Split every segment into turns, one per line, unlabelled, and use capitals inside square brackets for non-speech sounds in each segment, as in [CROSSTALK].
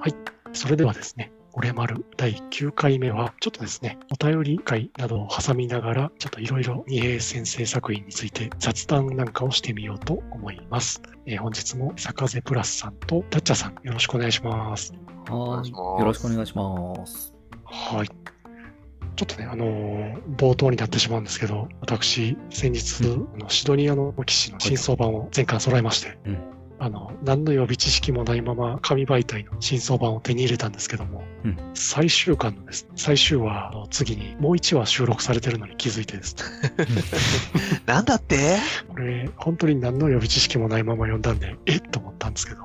はい、それではですね、オレマル第9回目は、ちょっとですね、お便り会などを挟みながら、ちょっといろいろ二平先生作品について雑談なんかをしてみようと思います。えー本日も坂瀬プラスさんとダッチャさん、よろしくお願いします。
は
願い
い。
します
よろしくお願いします。
はい。ちょっとね、あのー冒頭になってしまうんですけど、私、先日、
う
あのシドニアの騎士の新装版を全巻揃えまして、
うん
あの、何の予備知識もないまま、紙媒体の新装版を手に入れたんですけども、
うん
最終巻のですね、最終話の次に、もう1話収録されてるのに気づいてです
[LAUGHS]
ね、
なんだって
これ、本当に何の予備知識もないまま読んだんで、えっと思ったんですけど、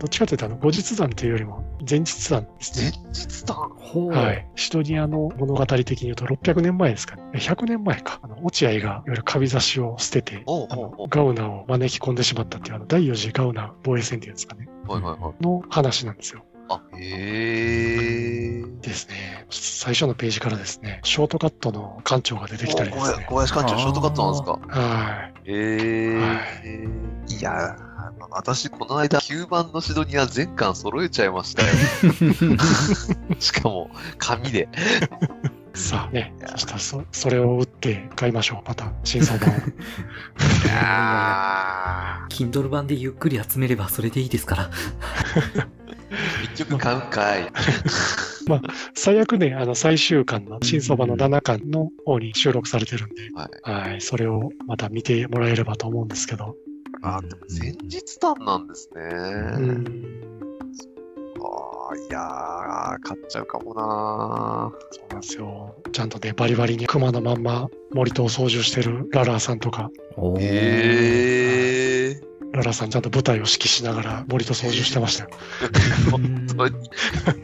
どっちかというと、あの、後日談というよりも、前日談ですね
前。日談
ほう
はい。シドニアの物語的に言うと600年前ですかね。100年前か。あの、落合がいわゆるカビ差しを捨てて、
おう
あ
おうお
の
う
ガウナを招き込んでしまったっていう、あの、第4次ガウナ防衛戦っていうんですかね。
はいはいはい。
の話なんですよ。
あ、へえ。
ですね。最初のページからですね、ショートカットの館長が出てきたり
お
です
小
ね。
林館長、ショートカットなんですか
はい。
へ
は
え。いやー、私、この間、9番のシドニア全巻揃えちゃいま [LAUGHS] したよ。しかも、紙で。
さあね
いや、
そしたらそ、それを打って買いましょう。また、新装版を。 [LAUGHS]
い [LAUGHS] や
Kindle 版でゆっくり集めればそれでいいですから。
ー、一曲買うんかい。
最悪ね、あの、最終巻の、新装版の7巻の方に収録されてるんで、
はい
はい。それをまた見てもらえればと思うんですけど、
あ、でも前日談なんですね。
うん、
あーいやー、買っちゃうかもな
そうなんですよ。ちゃんとね、バリバリに熊のまんま森戸を操縦してるララーさんとか、
お
ー。
ー
へえ。
ララーさんちゃんと舞台を指揮しながら森戸操縦してましたよ。
[LAUGHS]
うん
それ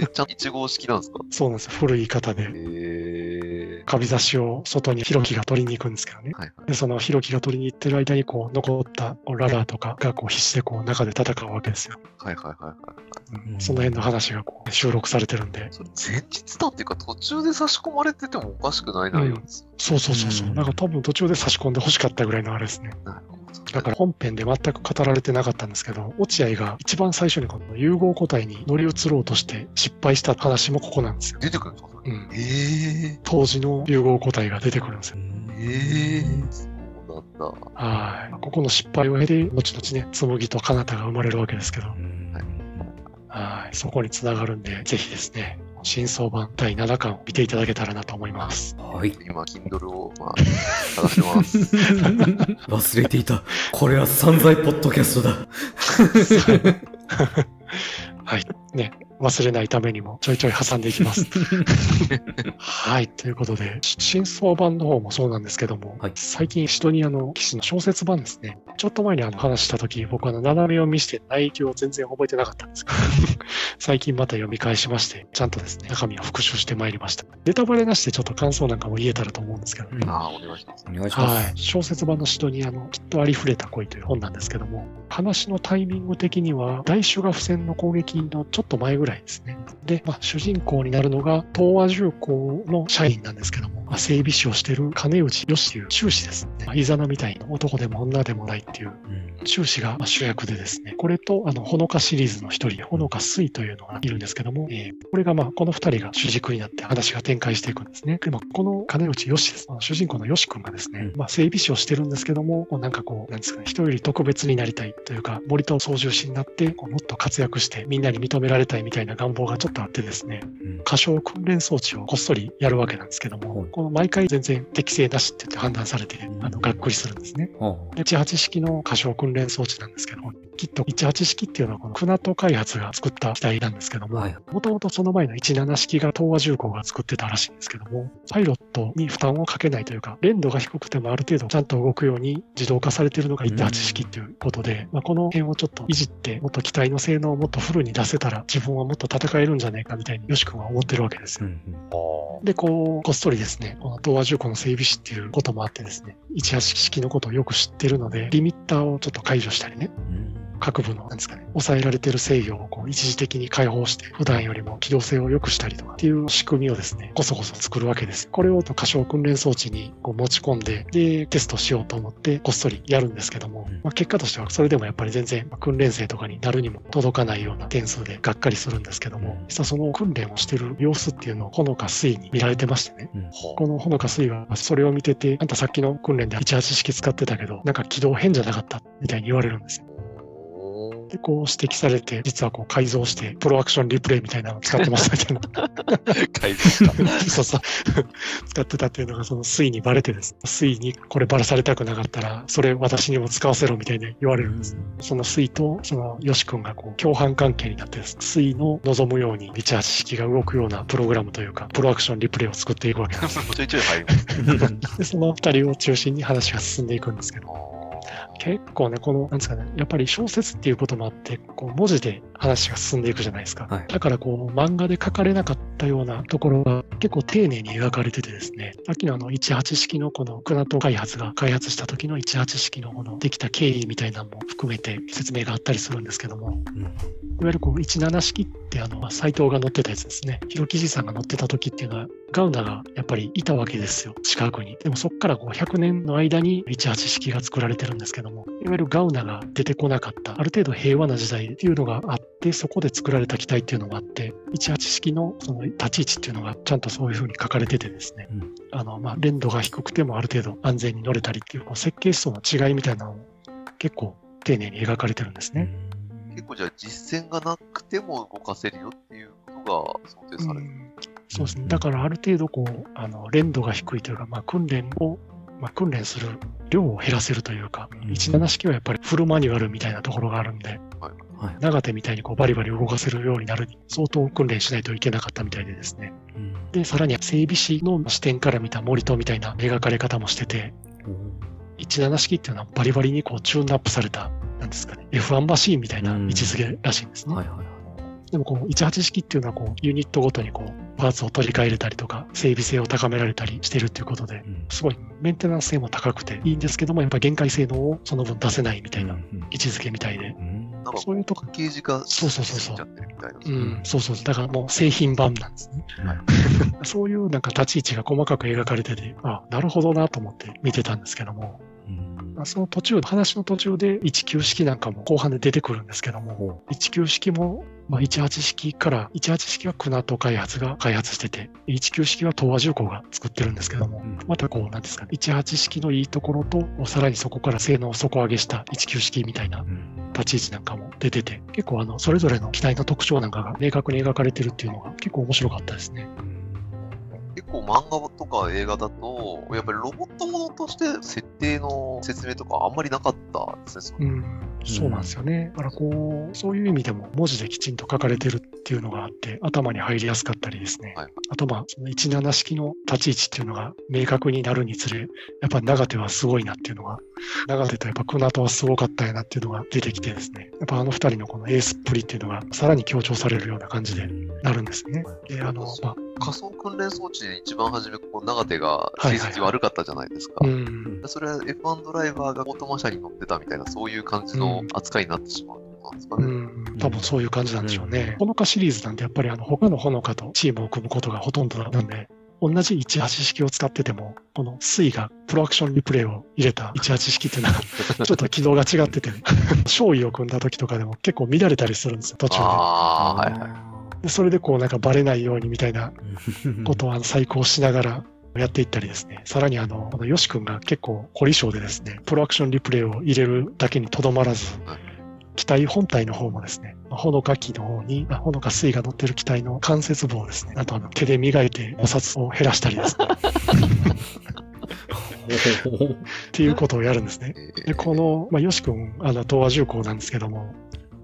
えちゃんと1号式なんですか
そうなんですよ。古い言い方
へ
で。
え。
カビ差しを外にヒロキが取りに行くんですけどね。
はいはい。
で、そのヒロキが取りに行ってる間に、こう、残ったこうララーとかが、こう、必死でこう、中で戦うわけですよ。
はいはいはいはい。
うん
その辺の話がこう、収録されてるんで。
それ前日談っていうか途中で差し込まれててもおかしくない内容ですよ。
そうそうそうそう。
うん
なんか多分途中で差し込んで欲しかったぐらいのあれですね。
なるほど。
だから本編で全く語られてなかったんですけど、落合が一番最初にこの融合個体に乗り移ろうとして失敗した話もここなんですよ。
出てくるんですか
うん。
え
当時の融合個体が出てくるんですよ。
えええそうなんだ。
はい。ここの失敗を経て、後々ね、紬と彼方が生まれるわけですけど
う、ん
はい
はい。そこに繋がるんで、ぜひですね、真相版第7巻を見ていただけたらなと思います。
はい。
今、Kindle を、まあ、探してます。
[LAUGHS]
忘れていた。これは散財ポッドキャストだ。
はい。ね、忘れないためにもちょいちょい挟んでいき
[LAUGHS]
ます。はい。ということで、真相版の方もそうなんですけども、
はい
最近シドニアの騎士の小説版ですね。ちょっと前にあの話した時、僕はあの斜めを見して内容を全然覚えてなかったんですけど、 [LAUGHS] 最近また読み返しまして、ちゃんとですね、中身を復習してまいりました。ネタバレなしでちょっと感想なんかも言えたらと思うんですけど、
うん
ああ、お願いします。
お願いしま
はい
す。、
小説版のシドニアの「きっとありふれた恋」という本なんですけども話のタイミング的には大主が付箋の攻撃のちょっと前ぐらいですねで、まあ、主人公になるのが東和重工の社員なんですけども、まあ整備士をしてる金内義という中士ですね、まあ、イザナみたいな男でも女でもないっていう
うん
中士がまあ主役でですね、これと、あの、ほのかシリーズの一人、ほのか水というのがいるんですけども、えーこれがまあ、この二人が主軸になって話が展開していくんですね。で、まあ、この金内よしです。あの主人公のよし君がですね、
うん
まあ、整備士をしてるんですけども、こうなんかこう、なんですかね、人より特別になりたいというか、森と操縦士になって、こうもっと活躍して、みんなに認められたいみたいな願望がちょっとあってですね、
うん
過小訓練装置をこっそりやるわけなんですけども、
はい
この毎回全然適正なしって言って判断されて、あの、
うん
がっくりするんですね。
ほう
18式の過小訓練装置なんですけども、きっと18式っていうのはこの船戸開発が作った機体なんですけども、
はい。
もともとその前の17式が東和重工が作ってたらしいんですけども、パイロットに負担をかけないというか、連度が低くてもある程度ちゃんと動くように自動化されてるのが18式っていうことで、まあ、この辺をちょっといじって、もっと機体の性能をもっとフルに出せたら、自分はもっと戦えるんじゃないかみたいに、よし君は思ってるわけですよ。
うん
で、こう、こっそりですね、この東和重工の整備士っていうこともあってですね、18式のことをよく知ってるので、リミッターをちょっと解除したりね、
うん
各部の、なんですかね、抑えられてる制御をこう一時的に解放して、普段よりも機動性を良くしたりとかっていう仕組みをですね、こそこそ作るわけです。これを過小訓練装置にこう持ち込んで、で、テストしようと思って、こっそりやるんですけども
うん、
まあ、結果としてはそれでもやっぱり全然まあ訓練生とかになるにも届かないような点数でがっかりするんですけども
うん、
実はその訓練をしてる様子っていうのをほのか水に見られてましてね、
ほう
このほのかすいはそれを見てて、あんたさっきの訓練で18式使ってたけど、なんか軌道変じゃなかったみたいに言われるんですよ。
おー
で、こう指摘されて、実はこう改造して、プロアクションリプレイみたいなのを使ってましたみたいな。
改造した。
そうそう。 [LAUGHS] 使ってたっていうのが、その水にバレてです。水にこれバラされたくなかったら、それ私にも使わせろみたいに言われるんです。その水と、そのよし君がこう共犯関係になってです、水の望むように18式が動くようなプログラムというか、プロアクションリプレイを作っていくわけです。
ちょいちょい入ります。
で、その二人を中心に話が進んでいくんですけど、結構ね、この、なんですかね、やっぱり小説っていうこともあって、こう文字で話が進んでいくじゃないですか。
はい
だからこう、漫画で書かれなかったようなところが結構丁寧に描かれててですね、さっきのあの18式のこのクナト開発が開発した時の18式のこのできた経緯みたいなのも含めて説明があったりするんですけども、
うん
いわゆるこう17式ってあの、斎藤が乗ってたやつですね。広木じさんが乗ってた時っていうのは、ガウナがやっぱりいたわけですよ、近くに。でもそこからこう100年の間に18式が作られてるんですけども、いわゆるガウナが出てこなかった、ある程度平和な時代っていうのがあって、そこで作られた機体っていうのがあって、18式のその立ち位置っていうのがちゃんとそういうふうに書かれててですね、
うん
あの、まあ、連度が低くてもある程度安全に乗れたりっていう、こう設計思想の違いみたいなのも結構丁寧に描かれてるんですね。
結構じゃあ実践がなくても動かせるよっていうことが想定される。
そうですね、だからある程度こうあの、練度が低いというか、まあ、訓練を、まあ、訓練する量を減らせるというか、
うん
17式はやっぱりフルマニュアルみたいなところがあるんで、
はい
長手みたいにこうバリバリ動かせるようになるに、相当訓練しないといけなかったみたいでですね、
うん
でさらに整備士の視点から見た森戸みたいな描かれ方もしてて、17式っていうのはバリバリにこうチューンアップされた、なんですかね、F1 マシーンみたいな位置づけらしいんですね。
はいはいはい
でもこう18式っていうのはこうユニットごとにこうパーツを取り替えれたりとか整備性を高められたりしてるっていうことで
うん
すごいメンテナンス性も高くていいんですけどもやっぱ限界性能をその分出せないみたいな
うん
位置づけみたいで、
うん
なんか
そういうとこ
刑事化
そうそうそうそう
ちゃってるみたいな。
うん、そうそうだからもう製品版なんですね、
はい
そういうなんか立ち位置が細かく描かれててあなるほどなと思って見てたんですけども
うん
まあその途中話の途中で19式なんかも後半で出てくるんですけども
ほ
19式も、まあ、18式から、18式はクナト開発が開発してて、19式は東和重工が作ってるんですけど
う
も、
うん
またこう、なんですかね、18式のいいところと、さらにそこから性能を底上げした19式みたいな
うん
立ち位置なんかも出てて、結構あの、それぞれの機体の特徴なんかが明確に描かれてるっていうのが結構面白かったですね。
結構漫画とか映画だと、やっぱりロボットものとして設定の説明とかあんまりなかったですね。
うん、そうなんですよね。だからこう、そういう意味でも文字できちんと書かれてるっていうのがあって、頭に入りやすかったりですね。
はい
あとまあ、その17式の立ち位置っていうのが明確になるにつれ、やっぱ長手はすごいなっていうのが、長手とやっぱクナトはすごかったやなっていうのが出てきてですね、やっぱあの二人のこのエースっぷりっていうのがさらに強調されるような感じでなるんですね。で、あの、まあ、
仮想訓練装置で一番初め、こう長手が
いは
成
いはい
績悪かったじゃないですか。
うん、
それは F1 ドライバーがオートマ車に乗ってたみたいな、そういう感じの扱いになってしまうってことなんですか
う
ね。
ん、多分そういう感じなんでしょうね。ほのかシリーズなんてやっぱりあの他のほのかとチームを組むことがほとんどなんで、同じ18式を使ってても、この水がプロアクションリプレイを入れた18式っていう [LAUGHS] のは、ちょっと軌道が違ってて、勝利を組んだ時とかでも結構乱れたりするんですよ、途中
ああ、はいはい。
で。でそれでこうなんかバレないようにみたいなことをあの再考しながらやっていったりですね、さらにあの、このヨシ君が結構凝り性でですね、プロアクションリプレイを入れるだけにとどまらず
はい、
機体本体の方もですね、ほのか機の方に、あほのか水が乗ってる機体の関節部をですね、なんとあの手で磨いて摩擦を減らしたり
[LAUGHS]
ですね、
ほほほ
っていうことをやるんですね。
え
で、この、まあ、ヨシ君、あの、東和重工なんですけども、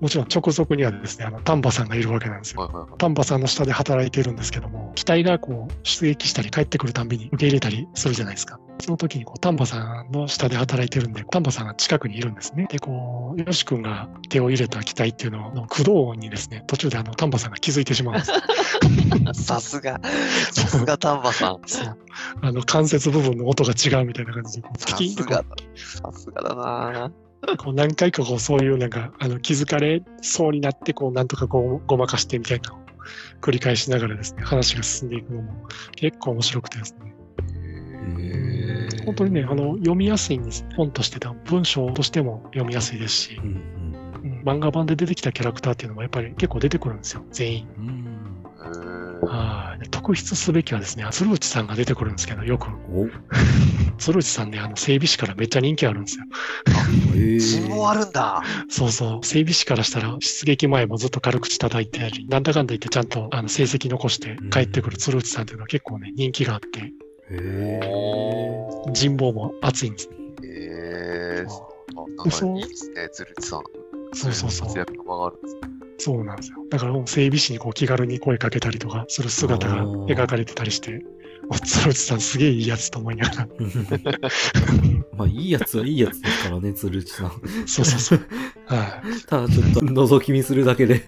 もちろん直属にはですね、あの、丹波さんがいるわけなんですよ。
はいはいはい
丹波さんの下で働いてるんですけども、機体がこう出撃したり帰ってくるたんびに受け入れたりするじゃないですか。その時にこう丹波さんの下で働いてるんで、丹波さんが近くにいるんですね。で、こう、よし君が手を入れた機体っていうのの駆動音にですね、途中であの丹波さんが気づいてしまうんです。
さすが、さすが丹波さん。
そうあの関節部分の音が違うみたいな感じで、こう
さ
ピキンって
す
こ
が
う、
さすがだな
こう何回かこうそういうなんかあの気づかれそうになってこうなんとかこうごまかしてみたいなのを繰り返しながらですね話が進んでいくのも結構面白くてですね
へー
本当にねあの読みやすいんです本としてた文章としても読みやすいですし
う、ん
うん漫画版で出てきたキャラクターっていうのもやっぱり結構出てくるんですよ全員。
うんうん
えー
はいで特筆すべきはですね鶴内さんが出てくるんですけどよく
お
鶴内さんねあの整備士からめっちゃ人気あるんですよ
え
人望あるんだ。
そうそう整備士からしたら出撃前もずっと軽口叩いてありなんだかんだ言ってちゃんとあの成績残して帰ってくる鶴内さんっていうのは結構ね人気があって
へ
お
人望も熱いんです
えー、あなん
そ
か
う
いいですね、鶴内さん。
そうそうそう
活躍の場があるんですね。
そうなんですよだからもう整備士にこう気軽に声かけたりとかする姿が描かれてたりしてお鶴内さんすげえいいやつと思いながら
まあいいやつはいいやつですからね鶴内さん
[LAUGHS] そうそうそうはい
ただちょっと覗き見するだけで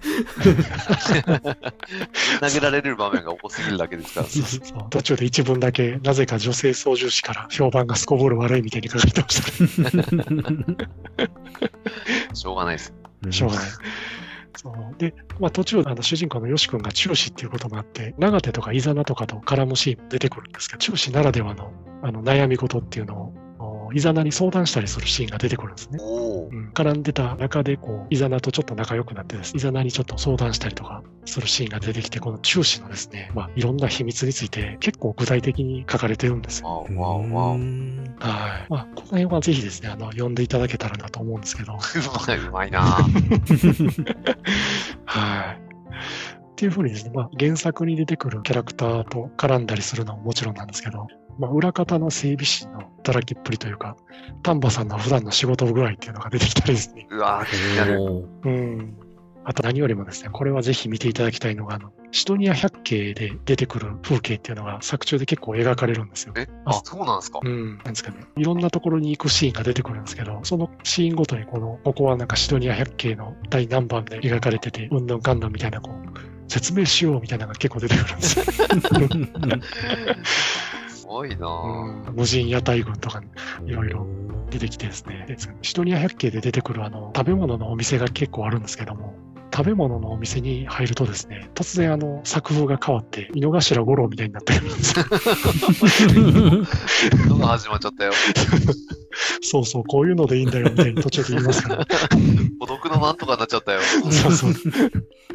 投げられる場面が多すぎるだけですから。
そうそうそう途中で一文だけ、なぜか女性操縦士から評判がすこぶる悪いみたいに書かれてましたね。
しょうがないです。
しょうがない。そうで、まあ、途中、あの主人公のよし君が中止っていうこともあって、長手とかイザナとかと絡むシーンも出てくるんですけど、中止ならではのあの悩み事っていうのを、おイザナに相談したりするシーンが出てくるんですね。
おお
う。ん、絡んでた中でこう、イザナとちょっと仲良くなってです、イザナにちょっと相談したりとかするシーンが出てきて、この中止のですね、まあ、いろんな秘密について結構具体的に書かれてるんですよ
わおわおわお。
う
うん
はい。まあ、この辺はぜひですね、あの、読んでいただけたらなと思うん [LAUGHS] ですけど、
まい、うまいな。
[LAUGHS] はい。っていうふうにですね、まあ、原作に出てくるキャラクターと絡んだりするのももちろんなんですけど、まあ、裏方の整備士の働きっぷりというか、丹波さんの普段の仕事具合っていうのが出てきたりですね。
うわー気になる。
おー
うん。あと何よりもですね、これはぜひ見ていただきたいのが、あの、シドニア百景で出てくる風景っていうのが作中で結構描かれるんですよ。
え、あ、そうなんですか。
うん、なんですかね、いろんなところに行くシーンが出てくるんですけど、そのシーンごとにこの、ここはなんかシドニア百景の第何番で描かれてて、うんぬんかんぬんみたいな、こう、説明しようみたいなのが結構出てくるんですよ。
すごいなぁ。
無人屋台群とかいろいろ出てきてですね、でシドニア百景で出てくるあの、食べ物のお店が結構あるんですけども、食べ物のお店に入るとですね、突然あの、作風が変わって、井の頭五郎みたいになってくるん [LAUGHS] ですよ。
のが始まっちゃったよ。
そうそう、こういうのでいいんだよみたいに途中で言いますから。
孤独のなんとかになっちゃったよ。
[LAUGHS] そうそう。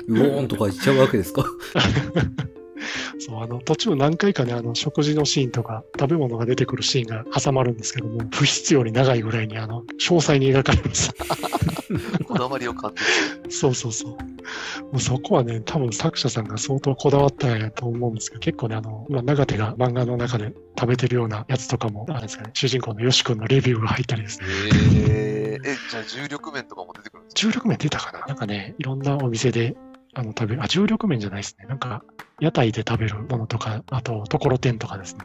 うおーんとか言っちゃうわけですか
そう、あの、途中何回かね、あの、食事のシーンとか、食べ物が出てくるシーンが挟まるんですけども、不必要に長いぐらいに、あの、詳細に描かれます。
こだわりを感じる。
そうそうそう。もうそこはね、多分作者さんが相当こだわったんやと思うんですけど、結構ね、あの、まあ、長手が漫画の中で食べてるようなやつとかも、あれですかね、主人公のよし君のレビューが入ったりですね。
えー、え、じゃあ重力面とかも出てくるんです
重力面出たかななんかね、いろんなお店で、あの、食べる、あ、重力面じゃないですね。なんか、屋台で食べるものとか、あと、ところてんとかですね。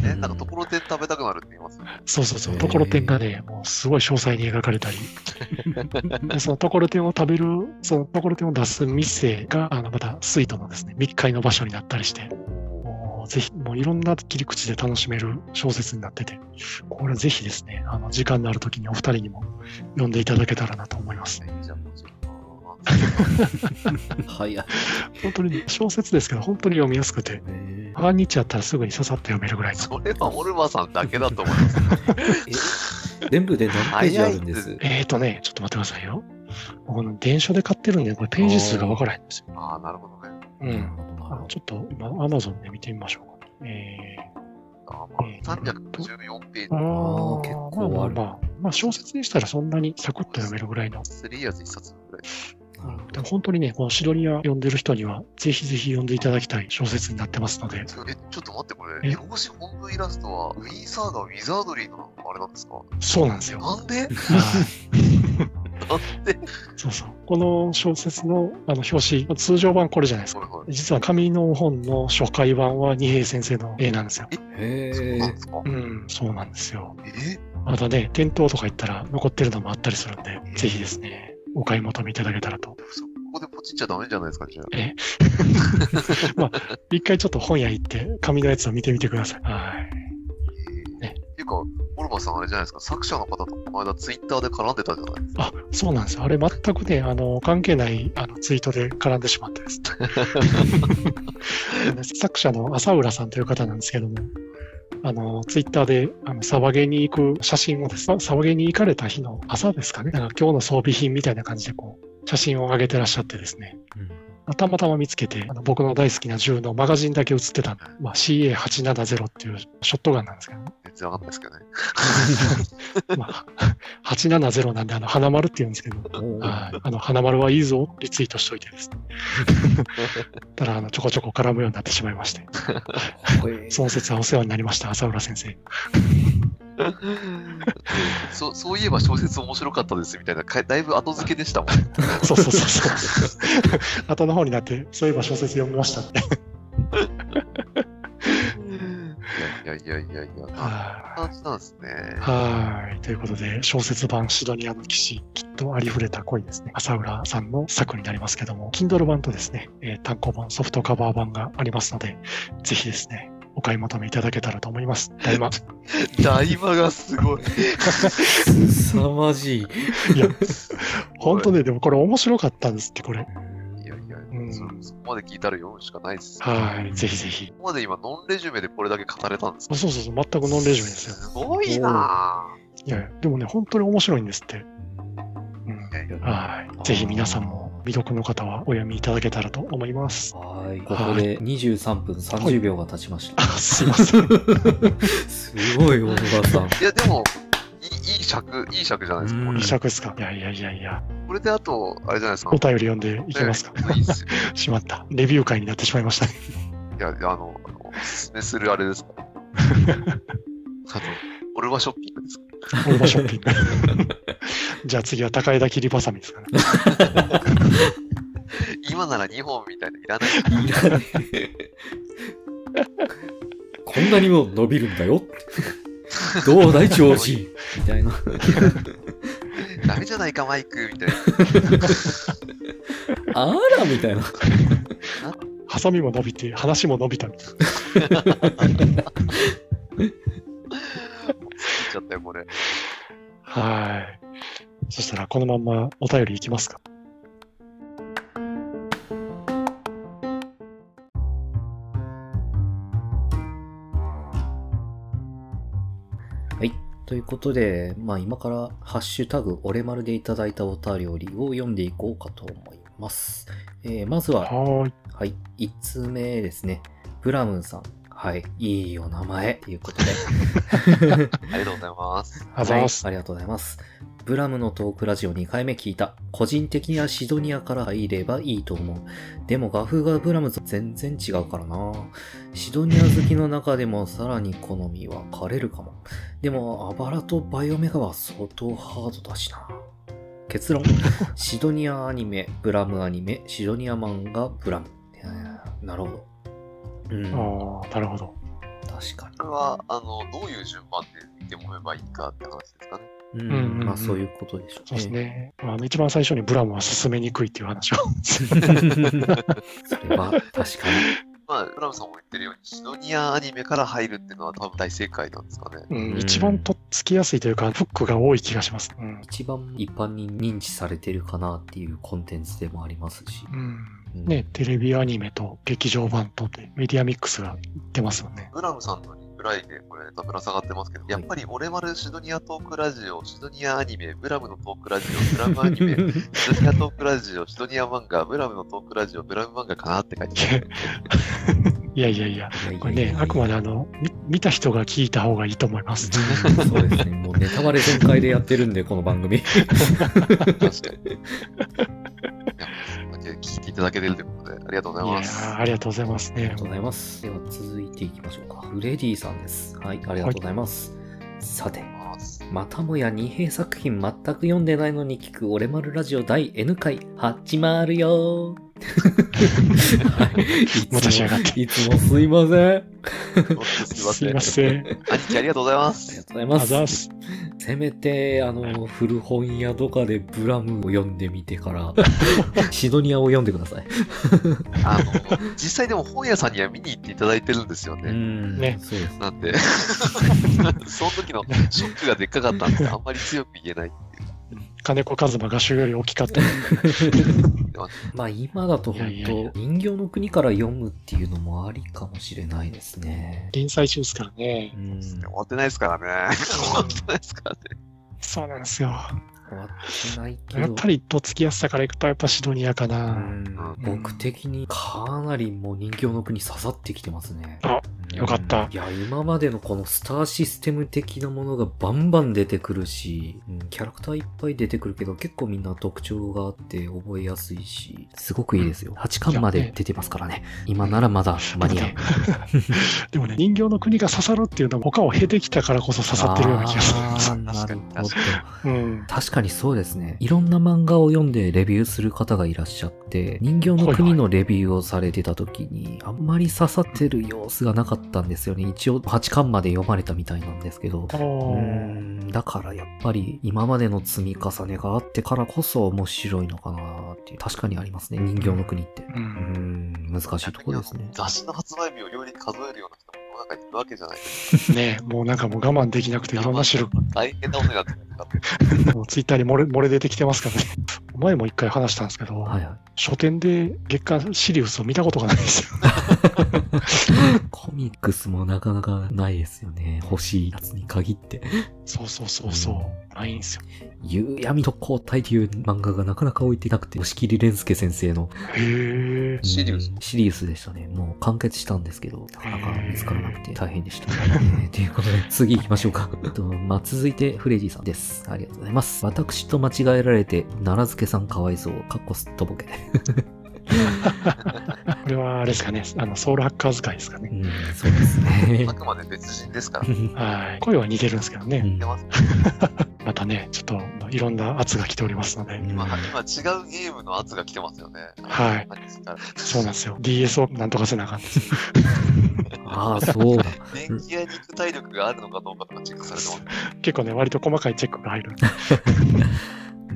かね。なんかところてん食べたくなるって言いますね。
そうそうそ
へ
う、
ー
ところてんがね、もうすごい詳細に描かれたり、でそのところてんを食べる、そのところてんを出す店が、あのまたスイートのですね、密会の場所になったりして、もうぜひ、もういろんな切り口で楽しめる小説になってて、これぜひですね、あの時間のある時にお二人にも読んでいただけたらなと思いま
い
す。
いじゃん、もちろん。
はいや。
本当にね、小説ですけど、本当に読みやすくて、
え
半日やったらすぐにささっと読めるぐらいの。
それはオルバさんだけだと思い
[LAUGHS]
ます。
全部で何ページあるんです
早い
えーとね、ちょっと待ってくださいよ。この電車で買ってるんで、これページ数がわからへんんですよ。
ああ、なるほどね。
う
なる
ん。
ほどなる
あ
ほど
ちょっと今、アマゾンで見てみましょうか。え
あーまあ、314ページ
ー、。あ
ー結構
まあま
あ
あ
る
まあ、まあ小説にしたらそんなにサクッと読めるぐらいの。
スリーやつ一冊ぐらい。
でも本当にね、このシドニア読んでる人には、ぜひぜひ読んでいただきたい小説になってますので、
え、ちょっと待って、こ
え
れ、表紙本文イラストは、ウィーサーガー、ウィザードリーのあれなんですか
そうなんですよ。
なんで
はい
なんで
そうそう。この小説のあの表紙、通常版これじゃないですか。
はいはい
実は紙の本の初回版は二平先生の絵なんですよ。
へ
そう
え
なんですか
うん、そうなんですよ。
え
またね、店頭とか行ったら残ってるのもあったりするんで、ぜひですね、お買い求めいただけたらと
そこでポチっちゃダメじゃないですか、じゃあ。
えまあ、一回ちょっと本屋行って、紙のやつを見てみてください。はい。
えーっていうか、
ボルマさんあれじゃないですか、作者の方とこの間ツイッターで絡んでたじゃないですか。
あ、そうなんですよ。あれ全くね、あの、関係ないあのツイートで絡んでしまってですね。作者の浅浦さんという方なんですけども、あの、ツイッターで、あの、サバゲに行く写真をですね、サバゲに行かれた日の朝ですかね、なんか今日の装備品みたいな感じでこう、写真を上げてらっしゃってですね、たまたま見つけて、あの僕の大好きな銃のマガジンだけ写ってたんで、まあ、CA870 っていうショットガンなんですけど、
全然わかんないですけどね。
まあ、870なんで、あの、花丸って言うんですけど、
うん
はいあの、花丸はいいぞ、リツイートしといてですね。ただ、あの、ちょこちょこ絡むようになってしまいまして、
ほ [LAUGHS] い
その説はお世話になりました、浅浦先生。
そそういえば小説面白かったですみたいな、かだいぶ後付けでしたもん。
そうそうそうそう。 [LAUGHS] 後の方になって、そういえば小説読みましたって。
いやいやいやいやいや、な
は
感じなんですね
い。。はい。ということで、小説版シドニアの騎士、きっとありふれた恋ですね。浅浦さんの作になりますけども、Kindle 版とですね、えー単行版、ソフトカバー版がありますので、ぜひですね、お買い求めいただけたらと思います。大魔
大魔がすごい。
凄まじい。
[LAUGHS] いや、本当ね、でもこれ面白かったんですって、これ。
いやいや、
うん
そそこまで聞いたら読むしかないです。こ
はい、ぜひぜひ。
こまで今、ノンレジュメでこれだけ語れたんです
あそうそうそう、全くノンレジュメですよ。
すごいなぁ。
いや、でもね、本当に面白いんですって。うん
いやいや
はい。ぜひ皆さんも、未読の方はお読みいただけたらと思います。
はい、ここで23分30秒が経ちまし
あ
た。、
すいま
[LAUGHS]
せん。
すごい、小野田さん。
いや、でも、いいいい尺、いい尺じゃないですか。こ
うん
れ
一尺ですかいやいやいやいや。
これであと、あれじゃないですか。
お便り読んでいきますか。
いいっすよ。
[LAUGHS] しまった。レビュー会になってしまいましたね。
いや、あの、あのおすすめするあれです
[LAUGHS]
か。あの、俺はショッピングですか。
オルバショッピング。 [LAUGHS] じゃあ次は高枝切りばさみですかね。
今なら2本みたいないらない。
[LAUGHS]
いらねえこんなにも伸びるんだよ。どうだい、調子。みたいな。
ダメじゃないか、マイク、みたいな。
あら、みたいな。
ハサミも伸びて、話も伸びたみたいな。
言っちゃったよ、これ。
はい。そしたらこのまんまお便りいきますか。
はい。ということで、まあ今から、ハッシュタグ、オレマルでいただいたお便りを読んでいこうかと思います。えーまずは、
はーい。
はい。1通目ですね。ブラムンさん。はい。いいお名前。ということで。
ありがとうございます。
あざーす。
はいありがとうございます。ブラムのトークラジオ2回目聞いた。個人的にはシドニアから入ればいいと思う。でも画風がブラムと全然違うからな。シドニア好きの中でもさらに好みは枯れるかも。でも、アバラとバイオメガは相当ハードだしな。
[LAUGHS]
結論。シドニアアニメ、ブラムアニメ、シドニア漫画、ブラム。いやーなるほど。うん。
ああ、なるほど。
確かに。
これは、あの、どういう順番で見てもらえばいいかって話ですかね。
う
うんうん
ん。まあ、そういうことでしょ
そうですね。あの一番最初にブラムは進めにくいっていう話を。
それは確か
まあ、ブラムさんも言ってるように、シドニアアニメから入るっていうのは多分大正解なんですかね。
うん
うん
一番とっつきやすいというか、フックが多い気がします。うん
に。一番一般に認知されてるかなっていうコンテンツでもあります
[LAUGHS]
し、
うん
うん
ね、テレビアニメと劇場版とでメディアミックスが出ますよね。
ブラムさんのリプライでこれ、ぶら下がってますけど、やっぱり俺丸シドニアトークラジオ、シドニアアニメ、ブラムのトークラジオ、ブラムアニメ、
[LAUGHS]
シドニアトークラジオ、シドニア漫画、ブラムのトークラジオ、ブラム漫画かなって書いてある。
いやいやいや、
いやいやいやいや
これね、あくまであの、み見た人が聞いた方がいいと思います。
そうですねもうネタバレ全開でやってるんでこの
[LAUGHS]
番組
確かに。いやだけ聞いていただけてるということで、ありがとうござい
いや
ます。
ーありがとうございます
あり
ね
がとう。ございますでは続いていきましょうかフレディさんですはいありがとうございます、さてまたもや二
[LAUGHS]
平作品全く読んでないのに聞く「俺丸ラジオ第 N 回始まるよ」はい
また仕上がって。
いつもすいません。あ
本当すいますせ
い
ん。
ません。
兄貴ありがとうございま
りが
す。
とうござい
あ
ま
ざー
す。
す。
せめて、あの、古本屋とかでブラムを読んでみて
[LAUGHS]
から、シドニアを読んでください。
あの、実際でも本屋さんには見に行っていただいてるんですよ
う
ね。
ん。
ね
そうです。
なん
[LAUGHS]
で、その時のショックがでっかかったんで、あんまり強く言えない。
金子一馬が主より大きかった。
まあ今だと
いやいやい
本
や
当人形の国から読むっていうのもありかもしれないですね。
臨済中ですからね
う。
終
ん。終
わってないですからね。
[LAUGHS]
終わってないですからね。
そうなんですよ。
わってないけど。
やっぱりとっつきやすさからいくと、やっぱシドニアか
う
な。
ん、僕的にかなりもう人形の国刺さってきてますね。
あ
うん
よかった
いや、今までのこのスターシステム的なものがバンバン出てくるし、うんキャラクターいっぱい出てくるけど、結構みんな特徴があって覚えやすいし、すごくいいですよ。8巻まで出てますからね。今ならまだ間に合う。
[LAUGHS] でもね、人形の国が刺さるっていうのは、他を経てきたからこそ刺さってるような気がする
[LAUGHS]
んです
あーなるほど。
よ。うん。
確かにそうですね。いろんな漫画を読んでレビューする方がいらっしゃって、人形の国のレビューをされてた時に、あんまり刺さってる様子がなかったんですよね。一応8巻まで読まれたみたいなんですけど。
あ
う
ー
ーんだからやっぱり今までの積み重ねがあってからこそ面白いのかなっていう確かにありますね人形の国って
う
うんーん難しいとこですね
雑誌の発売日をより数えるような人も世の中にいるわけじゃないです
ねもうなんかもう我慢できなくていろんな資料、
か。大変なことになってるんだって。
もうツイッターに漏れ漏れ出てきてますからね。前も一回話したんですけど、
はいはい
書店で月刊シリウスを見たことがないんです [LAUGHS] よ。
コミックスもなかなかないですよね欲しいやつに限って
そうそうそうそう。ないんですよ。
夕闇特攻隊という漫画がなかなか置いてなくて、押切蓮介先生の
へえ。
シリウス
うんシリウスでしたね。もう完結したんですけど、なかなか見つからなくて大変
[LAUGHS]
でした。えーということで、次行きましょうか。 [LAUGHS] えっと、まあ、続いて、フレディさんです。ありがとうございます。私と間違えられて、奈良漬さんかわいそう、かっこすっとぼけ。
これはあれですかね、あのソウルハッカー使いですか
う
ね。
ん、そうですね
あ。く [LAUGHS] まで別人ですから。
はい。声は似てるんですけど
う
ね。
ん
出ます
またね、ちょっといろんな圧が来ておりますので。
今、今違うゲームの圧が来てますよね。
はい
あれですから。
そうなんですよ。DS をなんとかせなあかん [LAUGHS] です。
ああ、そうだ。
電気や肉体力があるのかどうかとかチェックされてます。
結構ね、割と細かいチェックが入る。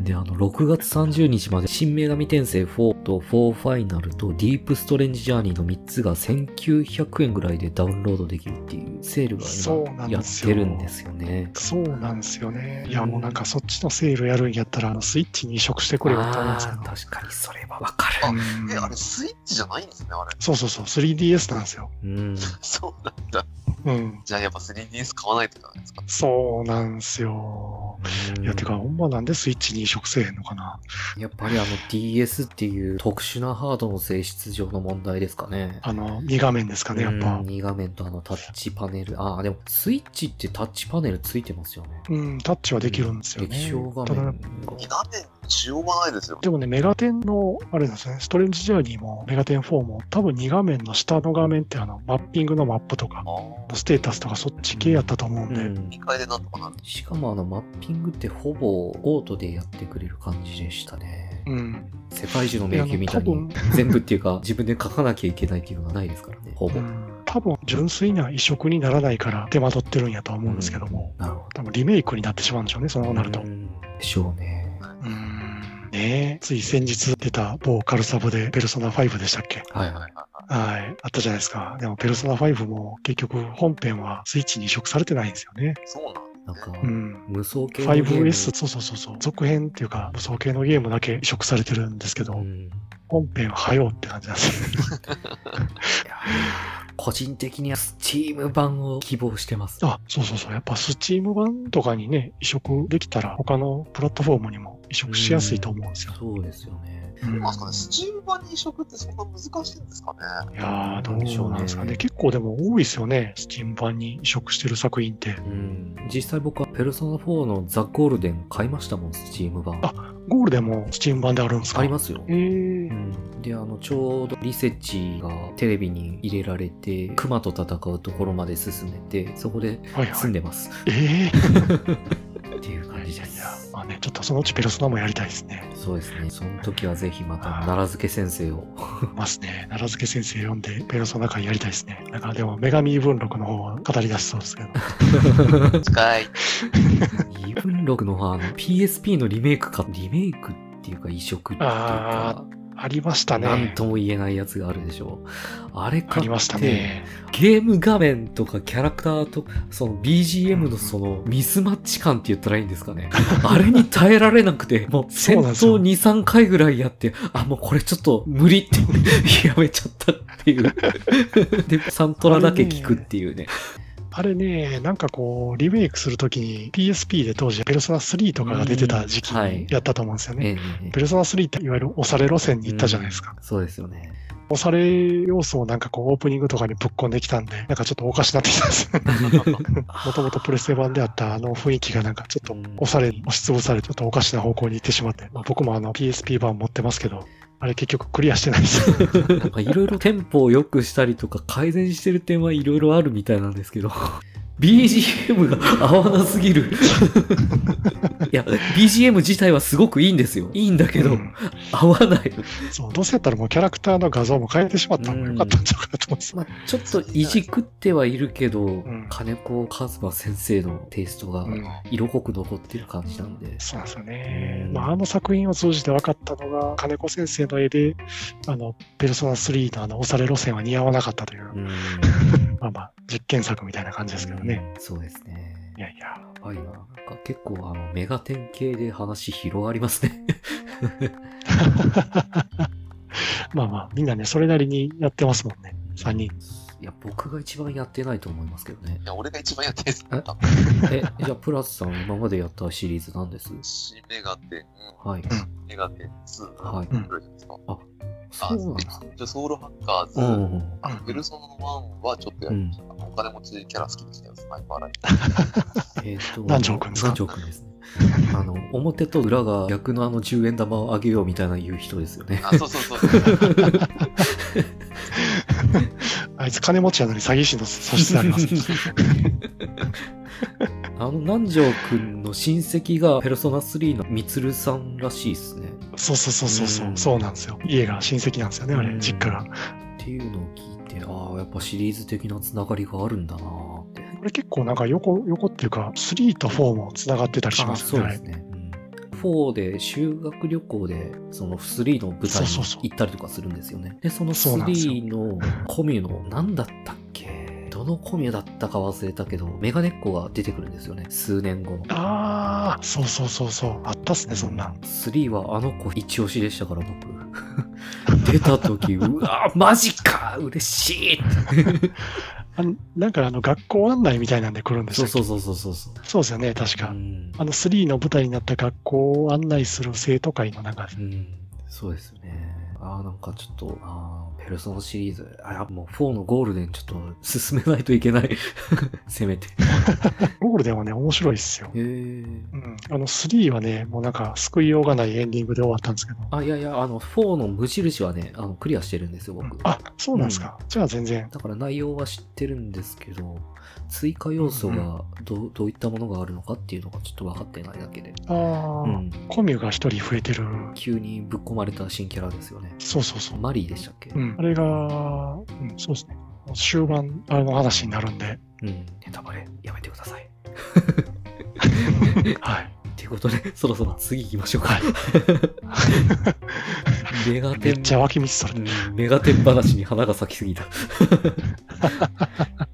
で、あの、6月30日まで、新女神転生4と4ファイナルとディープストレンジジャーニーの3つが1900円ぐらいでダウンロードできるっていうセールが
そうな
今
ん
や
で
っ
すよ
てるんですよね。
そうなんですよね。いや、もうなんかそっちのセールやるんやったら、あのスイッチに移植してくれよって思うんですけ
あ
ど
ー。確かにそれはわか
あ
る。
うん
え、あれスイッチじゃないんですね、あれ。
そうそうそう、3DS なんですよ。
うん。
そうなんだ。
うん。
じゃあやっぱ 3DS 買わないとじゃないですか。
そうなんですよ。いや、てか、ほんまなんでスイッチに移植せえへんのかな。
やっぱりあの DS っていう特殊なハードの性質上の問題ですかね。
あの、2画面ですかね、やっぱ。
2画面とあのタッチパネル。ああ、でもスイッチってタッチパネルついてますよね。
うん、タッチはできるんですよね。
液晶画
ただ
面が。
2画面にしようがないですよ。
でもね、メガテンの、あれなんですよね、ストレンジジャーニーも、メガテン4も、多分2画面の下の画面って、あの、マッピングのマップとか
あ、あ。
ステータスとかそっち系やったと思うん
う
で、
ん
2回でなんとかなる。
しかもあのマッピングってほぼオートでやってくれる感じでしたね。
うん
世界中の迷宮みたい
いやあの
に
[LAUGHS]
全部っていうか自分で書かなきゃいけないっていうのはないですからね、ほぼ。
うん多分純粋な移植にならないから手間取ってるんやとは思うんですけども、
なるほ
多分リメイクになってしまうんでしょうね、そう
ど。
なると。
う
うん
でしょうね。
んねえつい先日出た某カルサブでペルソナ5でしたっけ
はいはい。
はい。あったじゃないですか。でもペルソナ5も結局本編はスイッチに移植されてないんですよね。
そうなん
なん
です
か
ね。、
うん。
無双系のゲーム
5S、そうそうそうそう。続編っていうか、無双系のゲームだけ移植されてるんですけど、
うん
本編は早うって感じなんですよ。
いやー個人的には Steam 版を希望してます。
[LAUGHS] あ、そうそうそう。やっぱスチーム版とかにね、移植できたら他のプラットフォームにも移植しやすいと思うんですよ。
そうですよね。
うん
なんすかね、スチーム版に移植ってそんな難しいんですかね。
いやー、どうなんですかね。結構でも多いですよね。スチーム版に移植してる作品って。
うん、実際僕はペルソナ4のザ・ゴールデン買いましたもん、Steam 版。
あゴールでもスチーム版であるんですか
ありますよ。
えー、
であのちょうどリセッチがテレビに入れられてクマと戦うところまで進めてそこで
はいは
住ん
い。
でます、
えー
っていう感
い
じで
や
す、
ままあね、ちょっとそのうちペルソナもやりたいですね。
[LAUGHS] そうですね。その時はぜひまた奈良漬先生を。
ますね。奈良漬先生読んで、ペルソナ会やりたいですね。なんかでも、女神文録の方は語り出しそうです
[LAUGHS]
けど。
近い。
イブンログの方はあの PSP のリメイクか、リメイクっていうか移植っていう
あ、
か
ありましたね。
なんとも言えないやつがあるでしょう。あれ
あ
買
りまし
ったて、
ね。
ゲーム画面とかキャラクターと、その BGM のそのミスマッチ感って言ったらいいんですかね。 [LAUGHS] あれに耐えられなくて、もう戦
そうなんですよ
闘2、3回ぐらいやって、あ、もうこれちょっと無理って [LAUGHS] やめちゃったっ
[LAUGHS]
ていう。で、サントラだけ聞くっていうね。
あれね、なんかこう、リメイクするときに PSP で当時、ペルソナ3とかが出てた時期
うんはい
やったと思うんですよね。
ええええ
ペルソナ3っていわゆる押され路線に行ったじゃないですか。
そうですよね。
押され要素をなんかこうオープニングとかにぶっ込んできたんで、なんかちょっとおかしなってきたん [LAUGHS] です。もともとプレステ版であったあの雰囲気がなんかちょっと押され、押しつぶされ、ちょっとおかしな方向に行ってしまって、まあ、僕もあの PSP 版持ってますけど、あれ結局クリアしてないです。
なんかいろいろテンポを良くしたりとか改善してる点はいろいろあるみたいなんですけど、BGM が合わな
[LAUGHS]
すぎる。いや、BGM 自体はすごくいいんですよ。いいんだけど、
うん
合わない。
[LAUGHS] そう、どうせやったらもうキャラクターの画像も変えてしまった方が良かったんちゃうかなと思います。
まあ、ちょっといじくってはいるけど、
ん
金子和馬先生のテイストが
うん
色濃く残ってる感じなんで。
そうなんですよね。まあ、あの作品を通じて分かったのが、金子先生の絵で、あの、ペルソナ3のあの、押され路線は似合わなかったという、
うん
[LAUGHS] まあまあ、実験作みたいな感じですけどね。。
そうですね
い。やいや、 [LAUGHS]
はいな。なんか結構あの、メガテン系で話広がりますね。 [LAUGHS]
まあまあ、みんなね、それなりにやってますもんね。3人。
いや、僕が一番やってないと思いますけどね
い。や、俺が一番やってるんです
ええ、じゃあ、プラスさん、今までやったシリーズなんです
新メガテン、
はい。
メガテン2、
はい
ぐらいじゃないですか。
そうなんですね。
じゃあソウルハッカーズ、
うん。
あペルソナの1はちょっとやりました。お金持ちキャラ好きでしたよ、スナイパーライフ。
えっ、
[LAUGHS]
と、
南條くんですか
南條くんですね。あの、表と裏が逆のあの10円玉をあげようみたいな言う人ですよね。
あ、そうそうそうそう。
あいつ金持ちやのに詐欺師の素質あります。
[LAUGHS] あの、南條くんの親戚がペルソナ3のみつるさんらしいですね。
そうそうそうそうそうう、
ん
そうなんですよ。家が親戚なんですよね、あ
う
れ、
ん
実家が。
っていうのを聞いて、ああ、やっぱシリーズ的なつながりがあるんだなーって。
これ結構なんか横、横っていうか、3と4も繋がってたりします
あ
よ
そうで
ね
す。ね。うん4で修学旅行でその3の舞台
そう
に
そうそう
行ったりとかするんですよね。で、その
そうなんですよ
3のコミュの何だったっ
[LAUGHS]
けどのコミュだったか忘れたけど、メガネっ子が出てくるんですよね。数年後の。
ああ、そうそうそうそう。あったっすね、そんなん。
3はあの子一押しでしたから僕。 [LAUGHS] 出た時、うわマジか嬉しい
[LAUGHS]
って
あのなんかあの学校案内みたいなんで来るんでした
そう
っけ
そうそうそうそうそう。
そうですよね、確
う
か。
ん
あの3の舞台になった学校を案内する生徒会の中で
う。ん、そうですよね。ああ、なんかちょっと、ああ、ペルソナシリーズ、あ、いやもう4のゴールデンちょっと進めないといけない。 [LAUGHS] せめて。
ゴールデンはね、面白いっすよ。
へえ。
うん。あの3はね、もうなんか救いようがないエンディングで終わったんですけど。
あ、いやいや、あの、4の無印はね、あの、クリアしてるんですよ、僕。
あ、そうなんですか。じゃあ全然。
だから内容は知ってるんですけど、追加要素がど,、うどういったものがあるのかっていうのがちょっと分かってないだけで。
ああ、
うん。
コミュが一人増えてる。
急にぶっ込まれた新キャラですよね。
そうそうそう。
マリーでしたっけ
うん。あれが、うん、そうですね。終盤、あの話になるんで。
うん。ネタバレ、やめてください。
はい。
っていうことで、 [LAUGHS] そろそろ次行きましょうか。 [LAUGHS] メ
[LAUGHS]
ガ
め
テ
っ
ン、
ちゃ脇道それ。
うんメガテン話に花が咲きすぎ
[LAUGHS]
た。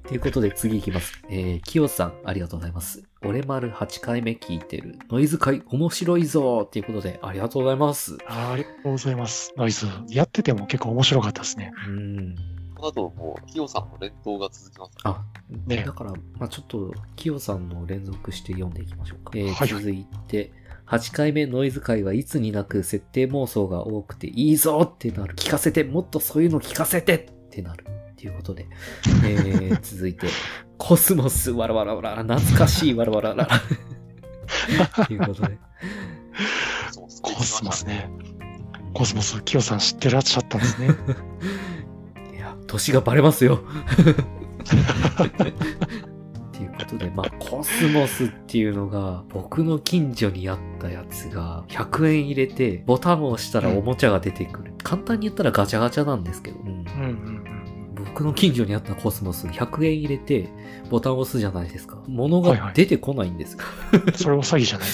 ということで次行きます。えー、キヨさん、ありがとうございます。俺丸8回目聞いてる。ノイズ界面白いぞということで、ありがとうございます。
あありがとうございます。ノイズ。やってても結構面白かったですね。
うん。
この後、もう、ヒヨさんの連投が続きます。
あ、
ね
だから、まあちょっと、キヨさんの連続して読んでいきましょうか。えー
はいはい
続いて、8回目ノイズ界はいつになく設定妄想が多くていいぞってなる。聞かせて、もっとそういうの聞かせてってなる。ということで、
[LAUGHS]
えー続いて、コスモス、わらわらわら、懐かしい、わらわらわ
[LAUGHS]
ら。ということで、
そうです
コスモスね。コスモス、キヨさん知ってらっしゃったんですね。
いや、年がバレますよ。っということで、まあ、コスモスっていうのが、僕の近所にあったやつが、100円入れて、ボタンを押したらおもちゃが出てくる。簡単に言ったらガチャガチャなんですけど、うん
うんうん
僕の近所にあったコスモス、100円入れて、ボタンを押すじゃないですか。物
はいは
が
い
出てこないんです。
うん。それも詐欺じゃないで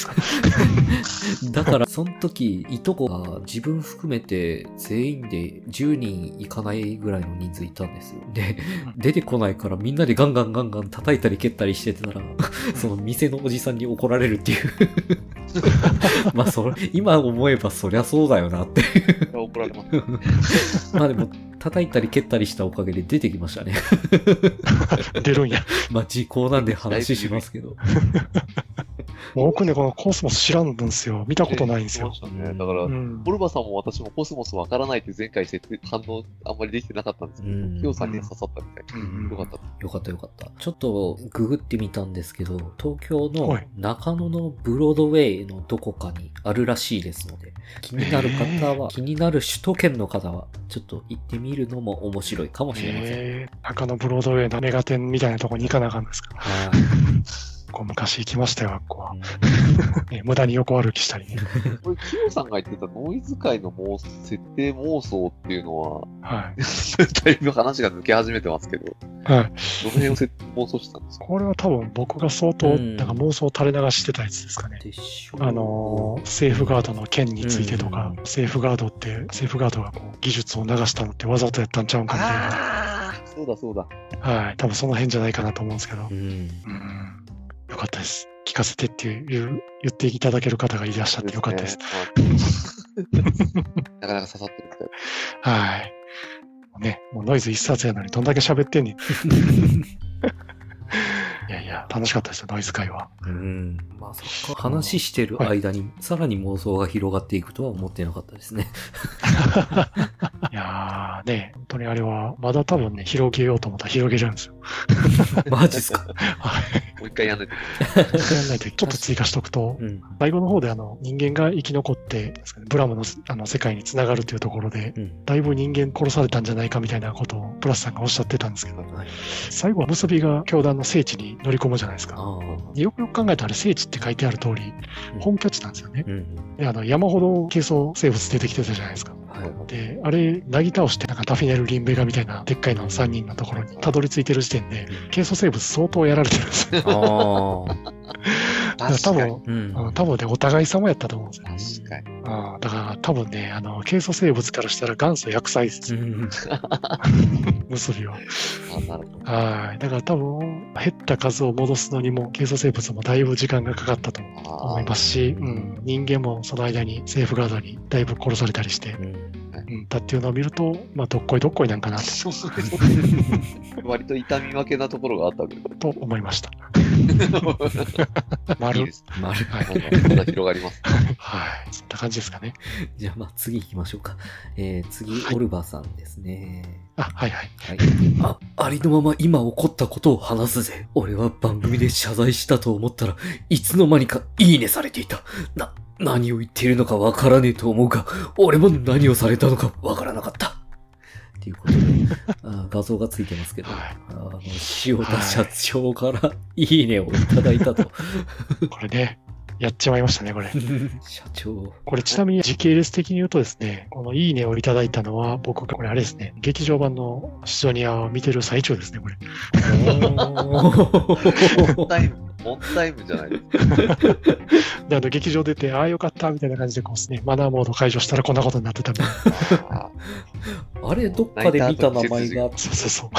すか。
だから、その時、いとこが自分含めて全員で10人いかないぐらいの人数いたんですよ。で
うん、
出てこないからみんなでガンガンガンガン叩いたり蹴ったりし
[LAUGHS]
てたら、その店のおじさんに怒られるっていう。まあ、それ、今思えばそりゃそうだよなって。
怒られます。
まあでも、叩いたり蹴ったりしたおかげで出てきましたね。
出るんや。
まあ、時効なんで話しますけ
[LAUGHS]
ど。
もう僕ね、このコスモス知らんんですよ。見たことないんです
えー
よ
来。ましたねだから
う、ん
ボルバさんも私もコスモスわからないって前回設定反応あんまりできてなかったんですけ
う
ど、
ん
ヒョウさんに刺さったみたい
うん
な。
うん
よかったです。
よかったよかった。ちょっとググってみたんですけど、東京の
はい
中野のブロードウェイのどこかにあるらしいですので、気になる方は、気になる首都圏の方は、ちょっと行ってみるのも面白いかもしれません。
えー、中野ブロードウェイのメガテンみたいなとこに行かなあかんですから。
はい
こう昔行きましたよ、あっこは
[LAUGHS] う。ん
ね無駄に横歩きしたりね。
これ、ヒョウさんが言ってたノイズ界の妄設定妄想っていうのは、 [LAUGHS]
は
だいぶ話が抜け始めてますけど、ど
い。はい。
の辺を設妄想してたんですか
これは多分僕が相
う
当、
ん
なんか妄想垂れ流してたやつですかね。
でしょう
あのーセーフガードの件についてとか、
うん
セーフガードって、セーフガードがこう技術を流したのってわざとやったんちゃうんかみた
そうだそうだ。
いな、はい、多分その辺じゃないかなと思うんですけど [LAUGHS] う
う、ん。
ん、よかったです。聞かせてっていう言う言っていただける方がいらっしゃってよかったです。
ね。なかなか刺さってるみたい。
はい。ね、もうノイズ一冊やのにどんだけ喋ってんねん。いやいや、楽しかったですよ、ノイズ会は。
うん。まさか話してる間に、さらに妄想が広がっていくとは思ってなかったで
[LAUGHS]
すね。
いやーね、本当にあれは、まだ多分ね、広げようと思ったら広げるんですよ。
マジっすか。
はい。
もう一回やんないと。
やんないと、ちょっと追加しとくと、
うん。
最後の方であの人間が生き残ってですかねブラムのあの世界につながるというところで
うん。
だいぶ人間殺されたんじゃないかみたいなことをプラスさんがおっしゃってたんですけど
はい
最後は結びが教団の聖地に乗り込むじゃないですか
ああ。
でよくよく考えたらあれ聖地って書いてある通り
うん
本拠地なんですよね
うん。
であの山ほど軽装生物出てきてたじゃないですか
はい。
であれなぎ倒してなんかダフィネル・リンベガみたいなでっかいの3人のところにたどり着いてる時点で軽装生物相当やられてるんですよ
ああ。
だ [LAUGHS] から多
確かに
分
うん。
うん多分ねお互い様やったと思うんですよ
確かに。
ああだから多分ね、あの、軽素生物からしたら元祖薬剤です
う
よ、
ん。
結びは。
あなるほど。
はい。だから多分、減った数を戻すのにも、軽素生物もだいぶ時間がかかったと
あ
思
あ
いますし、うん、人間もその間にセーフガードにだいぶ殺されたりして、
うん
うん、だっていうのを見ると、まあ、どっこいどっこいなんかな
そうそうそう割と痛み分けなところがあったわけ
と思いました。
[LAUGHS] いい
丸
で。す。
丸
はい。
まだ広がります。
はい。そんな感じですかね。
じゃあまあ次行きましょうか。えー、次、オルバさんですね。
あ、はいはい。
はい。あ、ありのまま今起こったことを話すぜ。俺は番組で謝罪したと思ったらいつの間にかいいねされていた。な、何を言っているのかわからねえと思うが、俺も何をされたのかわからなかった。っていうことで、あ画像がついてますけど、
はい
あの、塩田社長からいいねをいただいたと。
これね、やっちまいましたね、これ。
社長。
これちなみに時系列的に言うとですね、このいいねをいただいたのは僕がこれあれですね、劇場版のシドニアを見てる最中ですね、これ。
オンタイム、オンタイムじゃないですか。
で、あの劇場出て、ああよかったみたいな感じでこうですね、マナーモード解除したらこんなことになってたみたいな。
あ
あれ、どっかで見た名前が、
そうそう
[LAUGHS]
そう。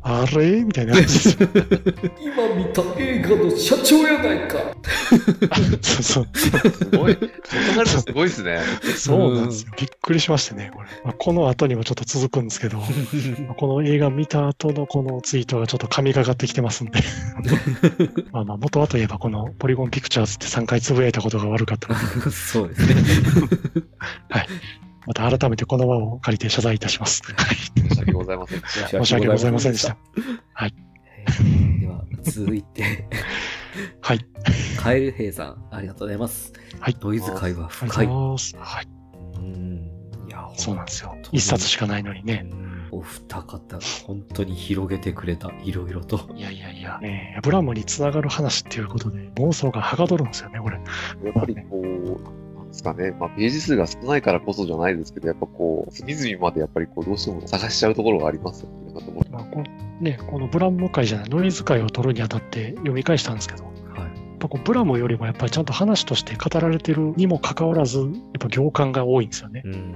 あれみたいな感じですよ。
今見た映画の社長やないか。
[LAUGHS] そうそう。
ーす
[LAUGHS]
ごい。そこなるとすごいですね。
そうなんですよ。びっくりしましてね、これ。まあ、この後にもちょっと続くんですけど、まあこの映画見た後のこのツイートがちょっと神がかってきてますん [LAUGHS] で。まあまあ、元はといえばこのポリゴンピクチャーズって3回つぶやいたことが悪かったので
そうですね。
また改めてこの場を借りて謝罪いたします。はい
申し訳ございません。
[LAUGHS] 申し訳ございませんでした。
では、続いて。
はい。
カエル兵さん、ありがとうございます。
はい
ノイズ界は
ありが
深
とう
い。
ございます。はい、
うん。いや、
そうなんですよ
当。に
一冊しかないのにね。
うんお二方、本当に広げてくれた、いろいろと。
いやいやいや、ねえブラムにつながる話っていうことで、妄想がはかどるんですよね、これ。
やっぱりこう、なんですかね、まあ、ページ数が少ないからこそじゃないですけど、やっぱこう、隅々までやっぱりこう、どうしても探しちゃうところがありますよね。なんかもう
まあこのね、このブラム会じゃない、ノイズ会を取るにあたって読み返したんですけど、
はい。
やっぱこうブラムよりもやっぱりちゃんと話として語られてるにもかかわらず、やっぱ行間が多いんですよね。
うん。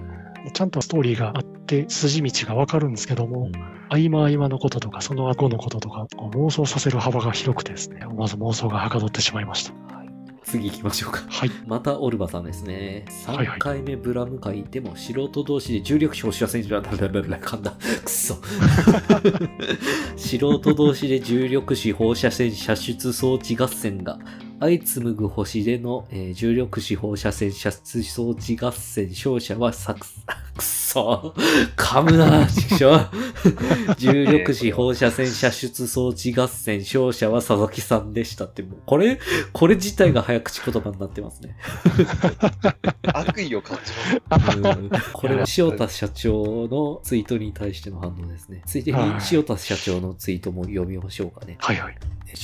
ちゃんとストーリーがあって、筋道がわかるんですけども、
うん
合間合間のこととか、その後のこととか、こう妄想させる幅が広くてですね、思わず妄想がはかどってしまいました。
次行きましょうか。
はい。
またオルバさんですね。
はいはい
3回目ブラム会でも素人同士で重力表を知らせに、噛んだ。くっそ。素人同士で重力子放射線射出装置合戦が相紡ぐ星での、えー重力子放射線射出装置合戦勝者はサクス、くっそ噛むな畜生重力子放射線射出装置合戦勝者は佐々木さんでしたって、もうこれ、これ自体が早口言葉になってますね。
悪意を感じま
[LAUGHS]
す。
うんこれは塩田社長のツイートに対しての反応ですね。ついでに
はい
塩田社長のツイートも読みましょうかね。
はいはい。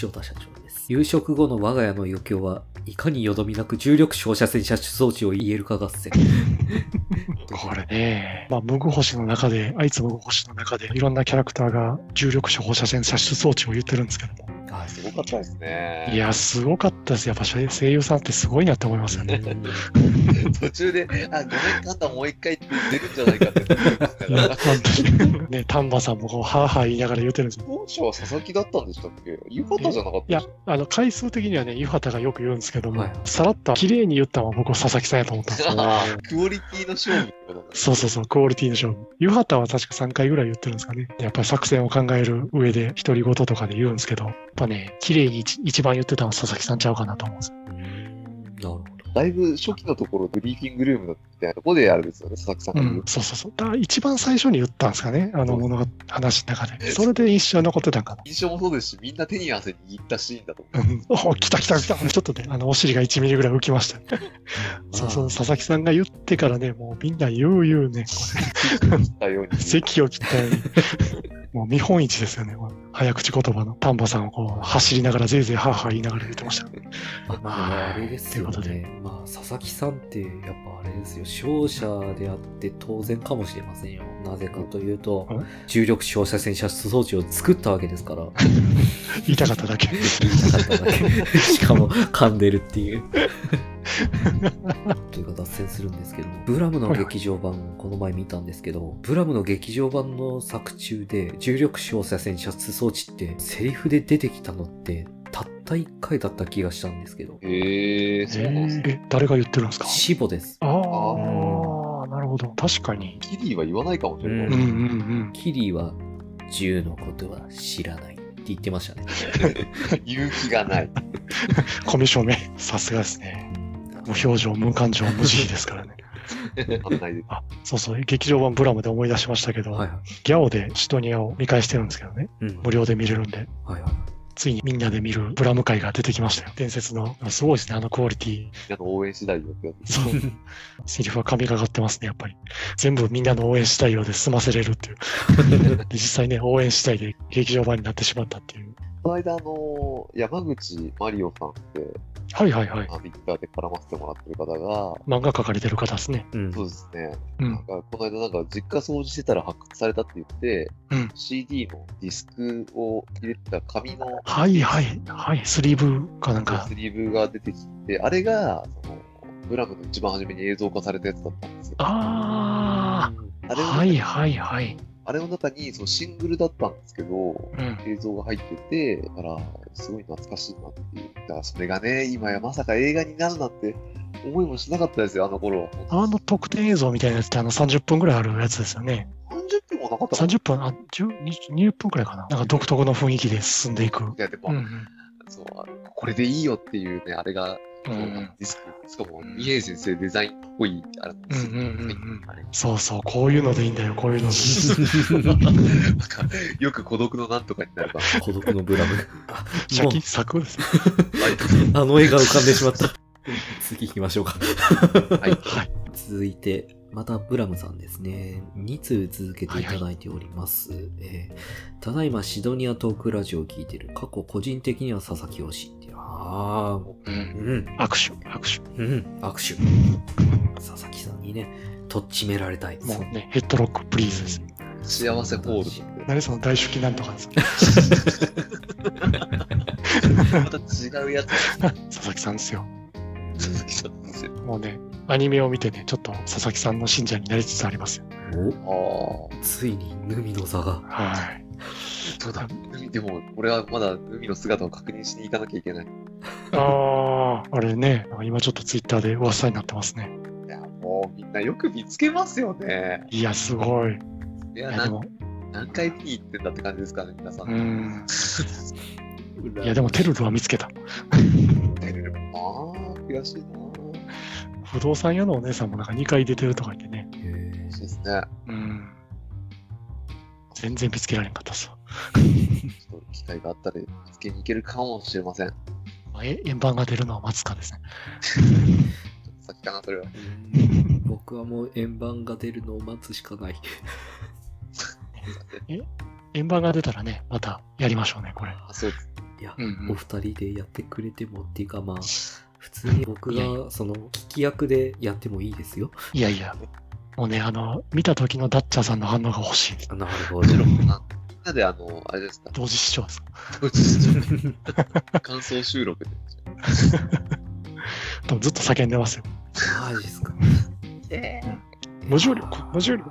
塩田社長です。夕食後の我が家の余興はいかによどみなく重力照射線射出装置を言えるか合戦。
これね、まあ、ムグ星の中で、あいつムグ星の中で、いろんなキャラクターが重力子放射線射出装置を言ってるんですけども、
あ
すごかったですね。
いや、すごかったです。やっぱ声声優さんってすごいなって思いますよね。
途中で、あ、ごめん、噛んだ、もう一回って出るんじゃないかっ
い
て。
や本当に。ね、丹波さんもこう、はぁはぁ言いながら言ってるんですよ。
当初は佐々木だったんでしたっけ湯畑じゃなかった
いや、あの、回数的にはね、湯畑がよく言うんですけども、
はい
さらっと綺麗に言ったのは僕は佐々木さんやと思ったんです
[LAUGHS]
よ。
あークオリティの勝負ってことなんです
そうそうそう、クオリティの勝負。湯畑は確か3回ぐらい言ってるんですかね。やっぱり作戦を考える上で、独り言とかで言うんですけど、やっぱね、綺麗に一一番言ってたのは佐々木さんちゃうかなと思うんですよ。
なるほど。
だいぶ初期のところ、ブリーフィングルームだったみたいなところであれですよね、佐々木さん
う、
が言うん
そうそうそう。だから一番最初に言ったんですかね、あの物語、話の中で。それで一生残ってたんかな。
印象もそうですし、みんな手に汗握ったシーンだと思う。
うんお来た来た来たちょっとね、あの、お尻が1ミリぐらい浮きました。そうそう、佐々木さんが言ってからね、もうみんな言う言うね、
たよう
[LAUGHS]
に。
席を切ったように。もう見本市ですよね、これ早口言葉の丹波さんをこう走りながら、ぜいぜいはーはー言いながら言ってました。
まあ、でもあれですよ
ということ
ね。まあ、佐々木さんって、やっぱあれですよ。勝者であって当然かもしれませんよ。なぜかというと
うん、
重力照射線射出装置を作ったわけですから。
言いたかっただ [LAUGHS] け。
言いたかっただけ。 [LAUGHS] しかも、噛んでるっていう。というか脱線するんですけど、ブラムの劇場版、この前見たんですけど、ブラムの劇場版の作中で、重力照射線射出装置って、セリフで出てきたのって、たった一回だった気がしたんですけど、
へえー、そうなんですね。
え、誰が言ってるんですか
死母です。
あ
あ
あ、なるほど。確かに。
キリーは言わないかもしれない。
うんうんうん。
キリーは、銃のことは知らないって言ってましたね。
勇気がない。
コミュ障め。さすがですね。無表情、無感情、無慈悲です [LAUGHS] からね。
案内で。
あ、そうそう。劇場版ブラムで思い出しましたけど、
はいはい。
ギャオでシドニアを見返してるんですけどね。
うん。
無料で見れるんで。
はいはい。
ついにみんなで見るブラム会が出てきましたよ。伝説の。すごいですね、あのクオリティ。
みんなの応援次第よってやつ。 [LAUGHS]
そう。セリフは神がかってますね、やっぱり。全部みんなの応援したいようで済ませれるっていう。
[LAUGHS]
で実際ね、応援したいで劇場版になってしまったっていう。
この間、あのー山口マリオさんって、
はいはいはい。
あの、ッターで絡ませてもらってる方が、
漫画描かれてる方ですね。
うん。
そうですね。
う
なん
ん。
か、この間なんか、実家掃除してたら発掘されたって言って、
うん
CD のディスクを入れてた紙の
はいはい。はい。スリーブかなんか
ス。リーブが出てきて、あれが、その、ブラムの一番初めに映像化されたやつだったんですよ。
あ
あ
あ。
れの,、
はいはいはい。
あれの中に、そのシングルだったんですけど、
うん。
映像が入ってて、だから、すごい懐かしいなっていう。だから、それがね、今やまさか映画になるなんて思いもしなかったですよ、あの頃は。
あの特典映像みたいなやつってあの30分ぐらいあるやつですよね。
30分もなかったかな
30分、あ、10 20 20分くらいかな。なんか独特の雰囲気で進んでいく
み。たいな。でも、
うんうん。
そう、これでいいよっていうね、あれが、
うんう
デ
ん
ィスク、しかも、イエ先生デザインっぽい、あれ、
うんうんうんうん
あれ
そうそう、こういうのでいいんだよ、こ [LAUGHS] ういうので。
なんか、よく孤独のなんとかになるか
孤独のブラム。あ
シ
も
ャキ
う
作です。
あ [LAUGHS] の絵が浮かんでしまった。次行きましょうか。
ら。はい。
はい。
続いて、またブラムさんですね。2通続けていただいております。えーただいまシドニアトークラジオを聞いてる。過去個人的には佐々木推しっていう。ああ、うん。
握手、握
うん、握手。佐々木さんにね、とっちめられたい。
手。もうね、ヘッドロックプリーズです。
幸せホール
素晴らしい
何その大好きなんとかです。
また違うや
[LAUGHS]
つ
佐々木さんですよ。
続きちゃったんですよ。
もうね、アニメを見てね、ちょっと佐々木さんの信者になりつつありますよ。
お
あ
ついに、海の座
は
が。
い。
あ、そうだ。海でも、俺はまだ海の姿を確認しに行かなきゃいけない。
ああ、あれね、今ちょっとツイッターで噂になってますね。
いや、もうみんなよく見つけますよね。
いや、すごい。
い
い
や、
や、で
何
も、
何回見に行ってんだって感じですかね、皆さん。
うん。いや、でも、テルルは見つけた。
ああ、悔しいな。
不動産屋のお姉さんもなんか2回出てるとか言ってね。
へー
そうですね。
うん。全然見つけられなかったさ。
ちょっと機会があったら見つけに行けるかもしれません。ちょ
まあえ円盤が出るのは待つか [LAUGHS] ですね。
っと先かな、それは。
僕はもう円盤が出るのを待つしかない。
円盤が出たらね、またやりましょうね、これ。
あ、そうです。
いや、
うんう
お
ん。
二人でやってくれてもっていうかまあ、普通に僕がその聞き役でやってもいいですよ。
いやいや。もうね、あの、見た時のダッチャーさんの反応が欲しい。
あなるほ
もち
ど
ろ。ん、あみんなで、あの、あれですか、
同時視聴です。
感想収録で。
でもずっと叫んでますよ。
マジですか。
え
無重力、無重力。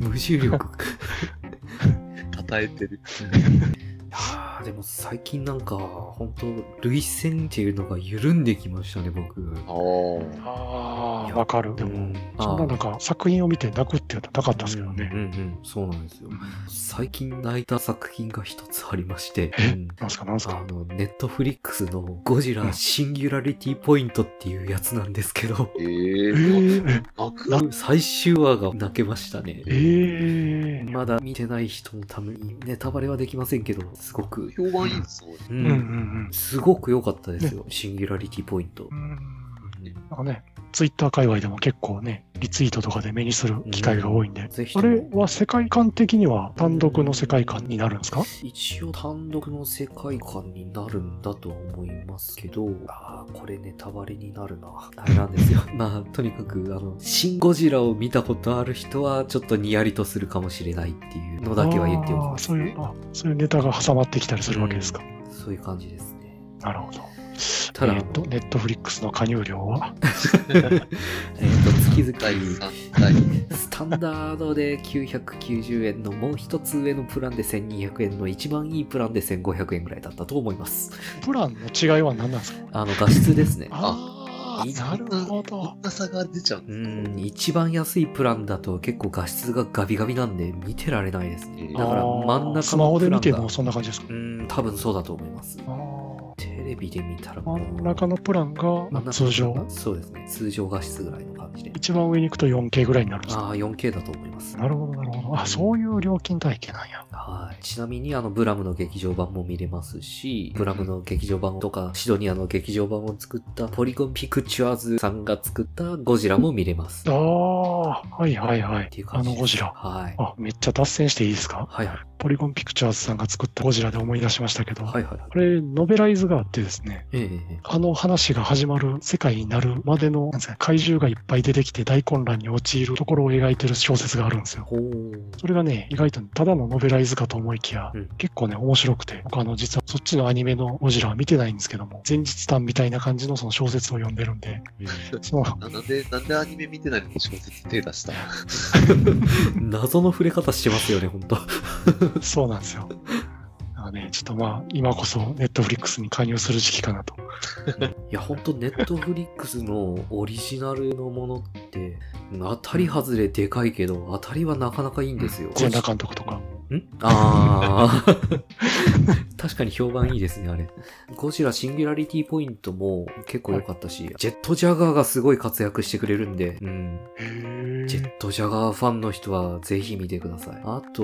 [LAUGHS] 無重力。
ー、たえてる。
いやーでも最近なんか、本当涙腺っていうのが緩んできましたね、僕。
ああ。
あ
いや
あ、わかる。
で
で
も
も、、
あ
そんななんか作品を見て泣くっていうのはなかったですけど
う
ね。
んうん、そうなんですよ。最近泣いた作品が一つありまして、
え
うん
なんすか、なんす
あ
か。
の、ネットフリックスのゴジラシンギュラリティポイントっていうやつなんですけど、
え
え
ー、
ー、
泣く
最終話が泣けましたね
え。ー、
まだ見てない人のためにネタバレはできませんけど、すごく、
評判いいですもんね。
う
うん
ん、
うんうん。
すごく良かったですよ、シンギュラリティポイント
う。んなんかね、ツイッター界隈でも結構ね、リツイートとかで目にする機会が多いんで、
ぜひと
あ
も
れは世界観的には単独の世界観になるんですか
一応単独の世界観になるんだとは思いますけど、ああ、これネタバレになるな。あれなんですよ。 [LAUGHS] まあ、とにかく、あの、シン・ゴジラを見たことある人は、ちょっとニヤリとするかもしれないっていうのだけは言っておき
あー
ます。
そういうあそういうネタが挟まってきたりするわけですか。
そういう感じですね。
なるほど。
ただ
えーっと、ネットフリックスの加入料は、
[LAUGHS] えっと、月
第
々、
3回。
スタンダードで990円のもう一つ上のプランで1200円の一番いいプランで1500円ぐらいだったと思います。
プランの違いは何なんですか
あの、画質ですね。
ああ、なるほど。
な差が出ちゃうん
う
ですね。
ん、一番安いプランだと結構画質がガビガビなんで見てられないですね。
うん
だから真
あー
ん中のプランが
スマホで見てもそんな感じですか。
うん、多分そうだと思います。
あー
テレビで見たらもう
真ん中のプランが
真ん中の
通常、
そうですね。通常画質ぐらいの感じで。
一番上に行くと 4K ぐらいになるんですか
ああ、4K だと思います。
なるほど、なるほど。あ、そういう料金体系なんや。
はい。ちなみに、あの、ブラムの劇場版も見れますし、ブラムの劇場版とか、シドニアの劇場版を作ったポリゴンピクチュアーズさんが作ったゴジラも見れます。
ああ、はいはいはい
っていう。感
あ
じ
の
です
ゴジラ。
はい。
あ、めっちゃ脱線していいですか
はいはい。
ポリゴンピクチャーズさんが作ったゴジラで思い出しましたけど、
はいはいはい。
これ、ノベライズがあってですね、
ええええ
あの話が始まる世界になるまでの、なんですかね怪獣がいっぱい出てきて大混乱に陥るところを描いてる小説があるんですよ。
ほう。
それがね、意外とただのノベライズかと思いきや、
うん
結構ね、面白くて、僕あの、実はそっちのアニメのゴジラは見てないんですけども、前日談みたいな感じのその小説を読んでるんで、その、
ななんで、なんでアニメ見てないのに小説手
[LAUGHS]
出した
謎の触れ方してますよね、本 [LAUGHS] 当。
そうなんですよ。だからね、ちょっとまあ、今こそネットフリックスに加入する時期かなと。
いや、本当ネットフリックスのオリジナルのものって、当たり外れでかいけど、当たりはなかなかいいんですよ。
全裸監督とか。
んああ。 [LAUGHS] 確かに評判いいですね、あれ。ゴジラシンギュラリティポイントも結構良かったし、ジェットジャガーがすごい活躍してくれるんで、うん。
へ
ジェットジャガーファンの人はぜひ見てください。あと、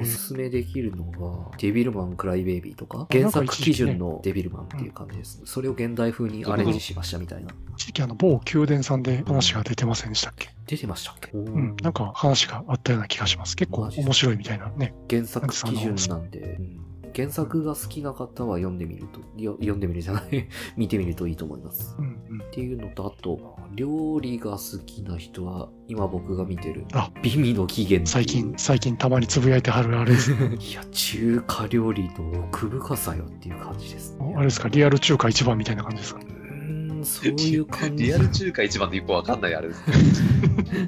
おすすめできるのが、デビルマン・クライベイビーとか、原作基準のデビルマンっていう感じです。それを現代風にアレンジしましたみたいな。
一時期あの某宮殿さんで話が出てませんでしたっけ
出てましたっけ、
うん、なんか話があったような気がします。結構
マジで
面白いみたいなね。
原作基準なんで、うん原作が好きな方は読んでみると、よ読んでみるじゃない、 [LAUGHS] 見てみるといいと思います。
うん
っ
うん。
ていうのと、あと、料理が好きな人は、今僕が見てる、
あ、
美味の起源ってい
最
う
近、最近たまにつぶやいてはるあれ
[LAUGHS]
です。
いや、中華料理の奥深さよっていう感じですね。
あれですか、リアル中華一番みたいな感じですか。
うーん、そういう感
[LAUGHS]
じ
リア。ル中華一番で一本わかんないあれですね。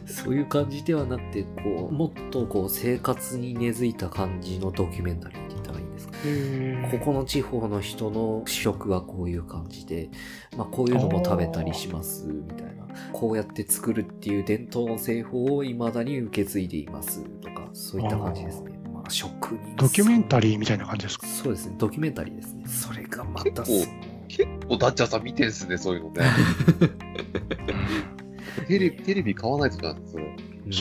そういう感じではなくて、こう、もっとこう、生活に根付いた感じのドキュメンタリーって言ったらいいんですか。
え
ここの地方の人の主食はこういう感じで、まあ、こういうのも食べたりしますみたいなこうやって作るっていう伝統の製法をいまだに受け継いでいますとかそういった感じですねまあ、職人
ドキュメンタ
リ
リーみたいな感じ
[LAUGHS]
ですか。
そうですねドキュメンタリーですねそれがまた
結結構ダッチャーさん見てんすね、そういうのね。テレビ、テレビ買わないとじゃないですか。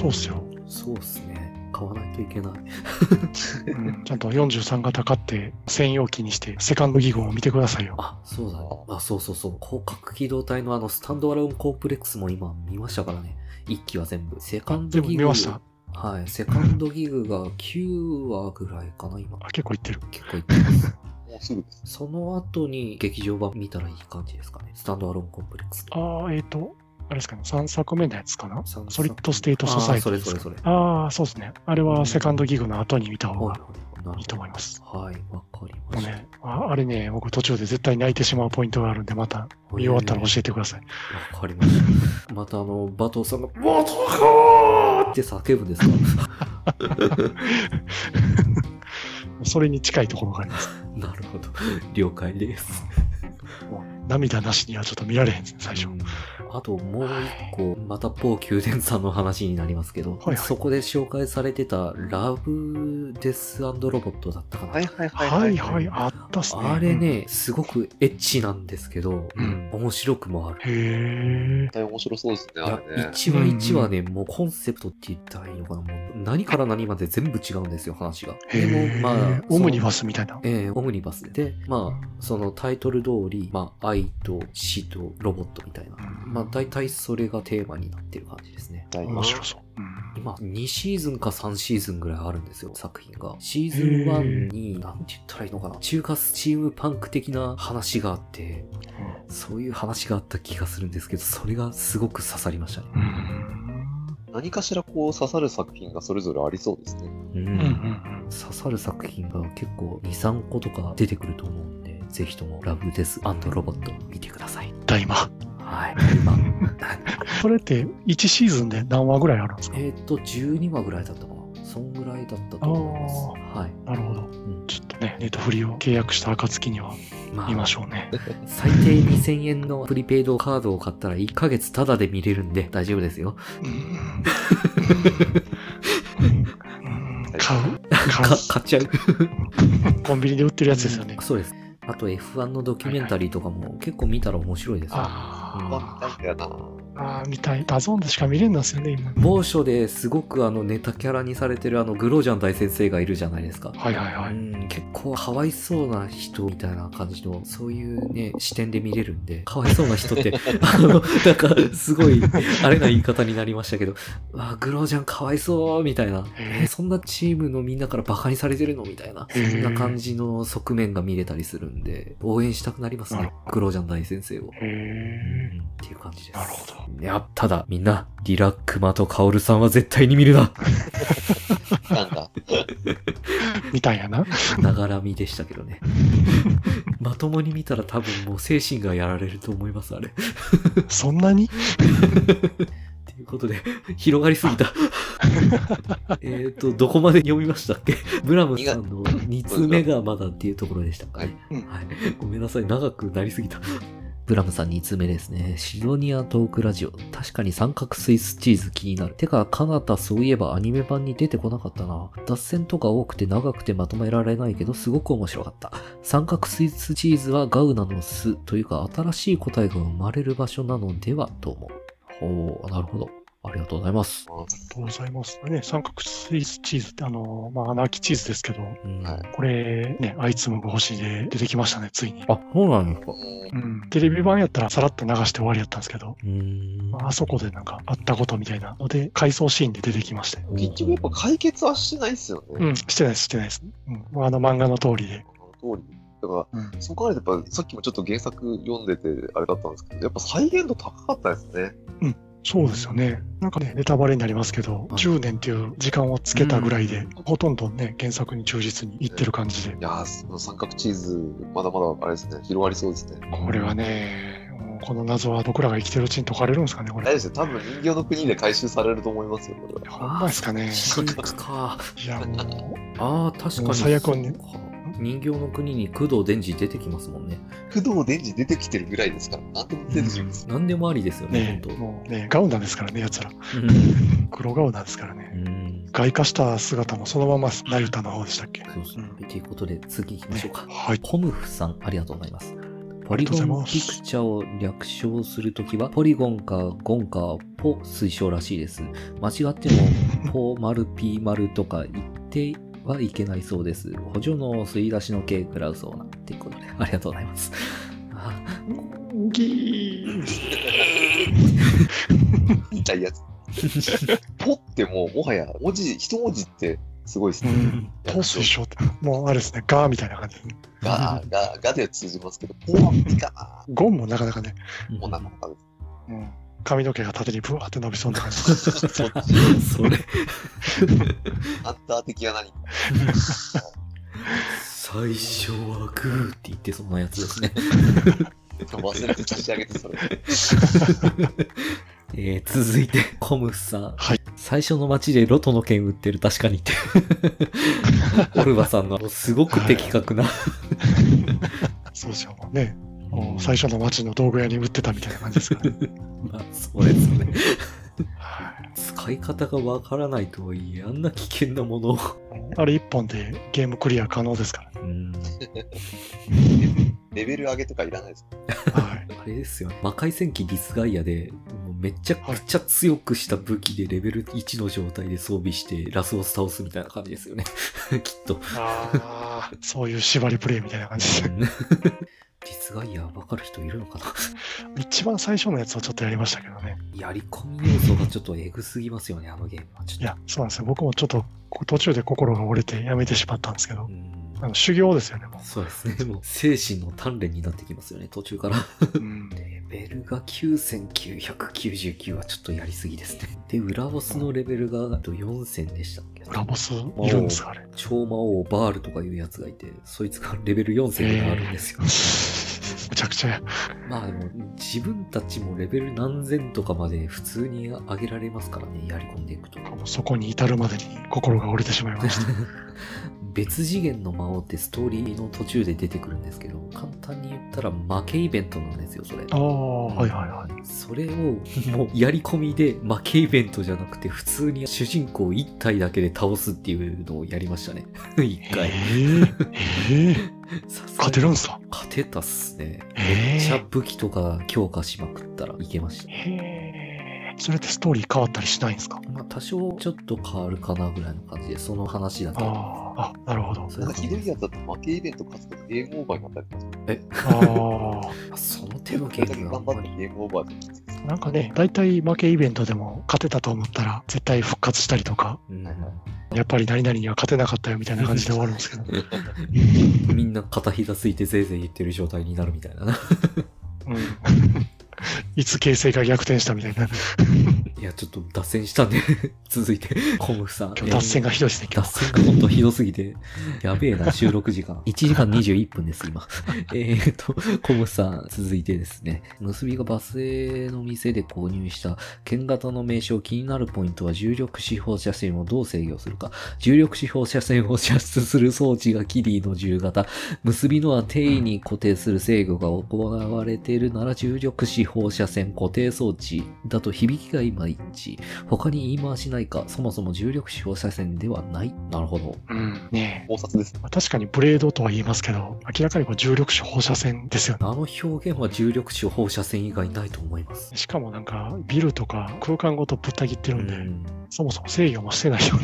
そうっすよ、
そうっすね買わないといけない
うん、ちゃんと43型買って、専用機にして、セカンドギグを見てくださいよ。
あそうだねあそうそうそう広角機動隊のあのスタンドアローンコープレックスも今見ましたからね一期は全部セカンド
全部
ギ
見
グ
ました。
はい、セカンドギグが9話ぐらいかな、今。
あ結構いってる。
結構いっ
[LAUGHS]
てます。
もうすぐです。
その後に劇場版見たらいい感じですかね。スタンドアローンコンプレックス。
ああ、えっ、と、あれですかね、3作目のやつかな。
三作
ソリッドステートソサイテ
あーそ
ィ
れ
ですか
それそれ。はい
ああ、そうですね。あれはセカンドギグの後に見た方
は
が
いはい。なるほど
いいと思います。
はい、わかりま
もう
した。
ね、ああれね、僕途中で絶対泣いてしまうポイントがあるんで、また見終わったら教えてください。
えわかりました。またあの、バトさんが、バトカーって叫ぶんですか
それに近いところがあります。
[LAUGHS] なるほど。了解です。
涙なしにはちょっと見られへんですね、最初
う。んあともう一個、また某宮殿さんの話になりますけど、
いはい
そこで紹介されてたラブデスロボットだったかな。
はいはいはい
はいはい、あったっすね。
あれね、すごくエッチなんですけど、
うん
面白くもある。
うん。へえ
絶。対面白そうですね、
いや
あれね。
一話一話ね、もうコンセプトって言ったらいいのかな、もう何から何まで全部違うんですよ、話が。
へえ。
その
オムニバスみたいな。
ええオムニバスで。まあ、そのタイトル通り、まあ、愛と死とロボットみたいな。まあ、大体それがテーマになってる感じですね。
大
面白
い。
そう。うん
今、2シーズンか3シーズンぐらいあるんですよ、作品が。シーズ
へ
ン
ー
1に、なんて言ったらいいのかな、中華スチームパンク的な話があって、そういう話があった気がするんですけど、それがすごく刺さりましたね。
うん
何かしらこう刺さる作品がそれぞれありそうですね。
う。
うんうんん
刺さる作品が結構2、3個とか出てくると思うんで、ぜひともラブデスロボット見てください。
うん。大魔。 [LAUGHS]
はい。今、
それって1シーズンで何話ぐらいあるんですか
えーっと、12話ぐらいだったかな。そんぐらいだったと思います。はい。
なるほど
ん。
ちょっとね、ネットフリを契約した暁には
まあ
見ましょうね。
最低2000円のプリペイドカードを買ったら1ヶ月タダで見れるんで大丈夫ですよ。
[LAUGHS] うんうん
はい
買う
か
買う
買っちゃう。
コンビニで売ってるやつですよね。
そうです。あと F1 のドキュメンタリーとかも結構見たら面白いですよ。
あ
あ、みたいな。
ーあー、みたい。ダゾーンでしか見れんなんですよね、今。
某所ですごくあのネタキャラにされてるあのグロージャン大先生がいるじゃないですか。
はいはいは
う
い。
ん結構かわいそうな人みたいな感じのそういうね視点で見れるんでかわいそうな人って
[LAUGHS]
あのなんかすごいあれな言い方になりましたけど「わあグロージャンかわいそう」みたいな、
へえ
えそんなチームのみんなからバカにされてるのみたいなそ
へえ
んな感じの側面が見れたりするんで応援したくなります
な
ね
る
グロージャン大先生を。
へえ。
うんっていう感じです。
なるほど。
いや、ただ、みんな、リラックマとカオルさんは絶対に見る
[LAUGHS]
な。
なんだ。
みたいやな。 [LAUGHS]
ながらみでしたけどね。まともに見たら多分もう精神がやられると思います、あれ。っ
そんなに
ていうことで、広がりすぎ
[LAUGHS]
た。えっと、どこまで読みましたっけブラムさんの2通目がまだっていうところでしたかね。
うん
はい。 [LAUGHS] ごめんなさい、長くなりすぎた。 [LAUGHS] ブラムさん2通目ですね。シドニアトークラジオ。確かに三角スイスチーズ気になる。てか、カナタそういえばアニメ版に出てこなかったな。脱線とか多くて長くてまとめられないけど、すごく面白かった。三角スイスチーズはガウナの巣というか、新しい個体が生まれる場所なのではと思う。ほう、なるほど。ありがとうございます。
ありがとうございます。ね、三角スイスチーズって、あの、まあ、穴あきチーズですけど、
うん
は
これ、ね、アイツムご星で出てきましたね、ついに。
あ、そうなんですか。
うん。テレビ版やったらさらっと流して終わりやったんですけど、
うーん。
まああそこでなんかあったことみたいなので、回想シーンで出てきまして。
結局やっぱ解決はしてないですよね。
うん、してないです、してないです。うん。まあ、あの漫画の通りで。
その通り。だから、
うん。
そう考えるとやっぱさっきもちょっと原作読んでてあれだったんですけど、やっぱ再現度高かったですね。
そうですよね。なんかね、ネタバレになりますけど、10年っていう時間をつけたぐらいで、
うん
ほとんどね、原作に忠実にいってる感じで
い。やー、その三角チーズ、まだまだあれですね、広がりそうですね。
これはね、もうこの謎は僕らが生きてるうちに解かれるんですかね、こ
大丈夫
れ
で。すよ。多分人形の国で回収されると思いますよ、これは。
ほんまですかね。
真実か。
いや、もう、
ああ、確か
もう
に。
最悪ね
そっか人形の国に工藤電磁出てきますもんね。
工藤電磁出てきてるぐらいですから、なんでも出てきます。
何でもあ
[LAUGHS]
りですよね
ね、
本
もうね、ガウナですからね、奴ら。
当。うん
黒ガウナですからね。
うん。
外化した姿もそのままナユタの方でしたっけ。
そうですね
う。
ということで、次行きましょうか。
はい。
コムフさん、ありがとうございます。ポ
り
リ
がとうご
ゴ
ざい
ン
ま
ピ
す
クチャを略称するときは、ポリゴンかゴンかポ推奨らしいです。間違って
[LAUGHS]
も、ポ丸 P 丸とか言ってはいけないそうです。補助の吸い出しの系食らうそうな、っていうことで、ありがとうございます。あ
ギー
みたいやつ。ポってもう、もはや、文字、一文字ってすごいです
う
ね。
ん。ポス一緒って。もうあれですね、ガーみたいな感じですね。
が、が、がでは通じますけど、ポは無理かな。
ゴンもなかなかね、
もうなかなかです。
うん、髪の毛が縦にブワーって伸びそうな [LAUGHS] 感じ。
そっち、
[LAUGHS] それ、
ハンター的は何か。
最初はグーって言ってそうなやつ [LAUGHS] ですね。
忘れて差し上げて、それ。
えー続いて、コムさん。
はい
最初の街でロトの剣売ってる、確か
[LAUGHS]
にって。オルバさんの、すごく的確な。
そうですよ、もうね。もう最初の街の道具屋に売ってたみたいな感じですからね。
まあ、そうですね。
はい
使い方がわからないとはいえ、あんな危険なものを。
あれ一本でゲームクリア可能ですからね。
うん。
レベル上げとかいらないです。
はい。
あれですよ。魔界戦記ディスガイアで、もうめちゃくちゃ強くした武器でレベル1の状態で装備して、ラスボス倒すみたいな感じですよね。 [LAUGHS] きっと。
ああ、そういう縛りプレイみたいな感じ
う
で。
[LAUGHS] んディスガイアわかる人いるのかな
一番最初のやつをちょっとやりましたけどね。
やり込み要素がちょっとエグすぎますよね、あのゲームは。ち
い
ょっ
や、そうなんですよ。僕もちょっとこう途中で心が折れてやめてしまったんですけ
と。
ど
う、ん
あの修行ですよね、も
そうです [LAUGHS] ね。もう精神の鍛錬になってきますよね、途中から。
う。うん
レベルが9999はちょっとやりすぎですね。で、裏ボスのレベルが4000でしたっけ
裏ボスいるんですか、あれ。
超魔王バールとかいうやつがいて、そいつがレベル4000があるんですよ。
むちゃくちゃや。
まあでも、自分たちもレベル何千とかまで普通に上げられますからね、やり込んでいくと。
もうそこに至るまでに心が折れてしまいました。
別次元の魔王ってストーリーの途中で出てくるんですけど簡単に言ったら負けイベントなんですよそれ
[LAUGHS] ああ、はいはいはい。
それをもうやり込みで負けイベントじゃなくて普通に主人公一体だけで倒すっていうのをやりましたね [LAUGHS] 一
え
回
えええ
さすがに
勝てるんすか
勝てたっすね
え
シャ
え
ープ機とか強化しまくったらいけました
へえそれってストーリー変わったりしないんですか
まあ多少ちょっと変わるかなぐらいの感じでその話だけ
ああ、あ、なるほど。
そ
な
れ
んかひどいやつだと負けイベント勝つとゲームオーバーになったりします。
あ
その手のゲームはあ
頑
ん
張
ま
っ
り
てゲームオーバーで。
あ、なんかね、大体負けイベントでも勝てたと思ったら、絶対復活したりとか、
うん
やっぱり何々には勝てなかったよみたいな感じで終わるん [LAUGHS] ですけど、
みんな片膝ついてぜいぜい言ってる状態になるみたいな
うん、いつ形勢が逆転したみたいな、
いや、ちょっと脱線したんで、 [LAUGHS] 続いて、コムフさん。
今日脱線がひどいですね、
えー
今
脱
日。
線がほんとひどすぎて、やべえな、収録時間。1時 [LAUGHS] 間21分です、今。 [LAUGHS] えーっと、コムフさん、続いてですね。結びがバスへの店で購入した剣型の名称、気になるポイントは重力四方射線をどう制御するか。重力四方射線を射出する装置がキリーの銃型。結びのは定位に固定する制御が行われているなら重力四放射線固定装置だと響きがいまいち。他に言い回しないか、そもそも重力子放射線ではない。なるほど。
うん、ねえ
考察ですね。
まあ確かにブレードとは言いますけど、明らかにこう重力子放射線ですよね。
あの表現は重力子放射線以外ないと思います。
しかもなんかビルとか空間ごとぶった切って
う
るんで、
ん。
そもそも制御もしてないような。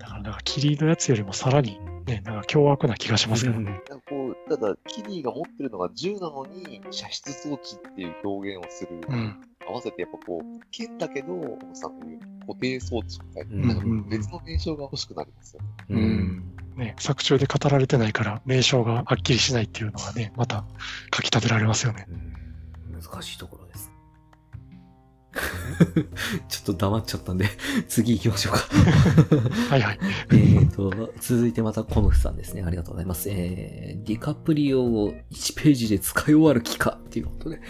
だからなんかキリのやつよりもさらに、ね、なんか凶悪な気がしますけどね。
なんかこう、ただ、キリーが持ってるのが銃なのに、射出装置っていう表現をする。
うん。
合わせてやっぱこう、剣だけど、さんの言う固定装置みたいな、
うん
なんか別の名称が欲しくなりますよね。
うん
うんね、作中で語られてないから名称がはっきりしないっていうのがね、また書き立てられますよね。
うん難しいところです。 [LAUGHS] ちょっと黙っちゃったんで、 [LAUGHS] 次行きましょう [LAUGHS] か。
はいはい。
えーと、続いてまたコノフさんですね。ありがとうございます。えー、ディカプリオを1ページで使い終わる気かっていう [LAUGHS] ことで。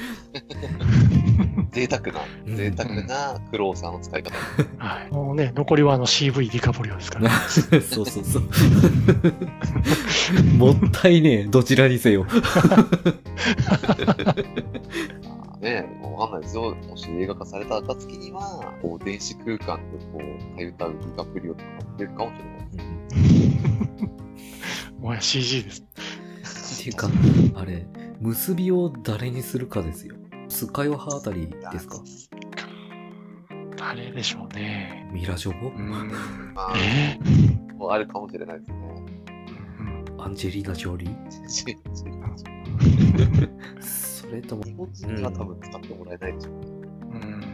贅沢な
う、ん
贅沢なクローサーの使い方。
はい、もうね、残りはあの CV ディカポリオですから。
そうそうそう。 [LAUGHS] もったいねえ、どちらにせよ。
まあね、わかんないですよ。もし映画化された暁には、こう、電子空間でこう、替え歌うディカプリオとか出るかもしれない。
[LAUGHS] もうや CG です。
っていうか、あれ、結びを誰にするかですよ。スカイワハあたりですか
あれでしょうね。
ミラジョボ
うん。
ま
え
あ、もうあるかもしれないですね。
アンジェリーナ・ジョリーそれとも
[LAUGHS] 日本人には多分使ってもらえないでしょうね。
ーうん。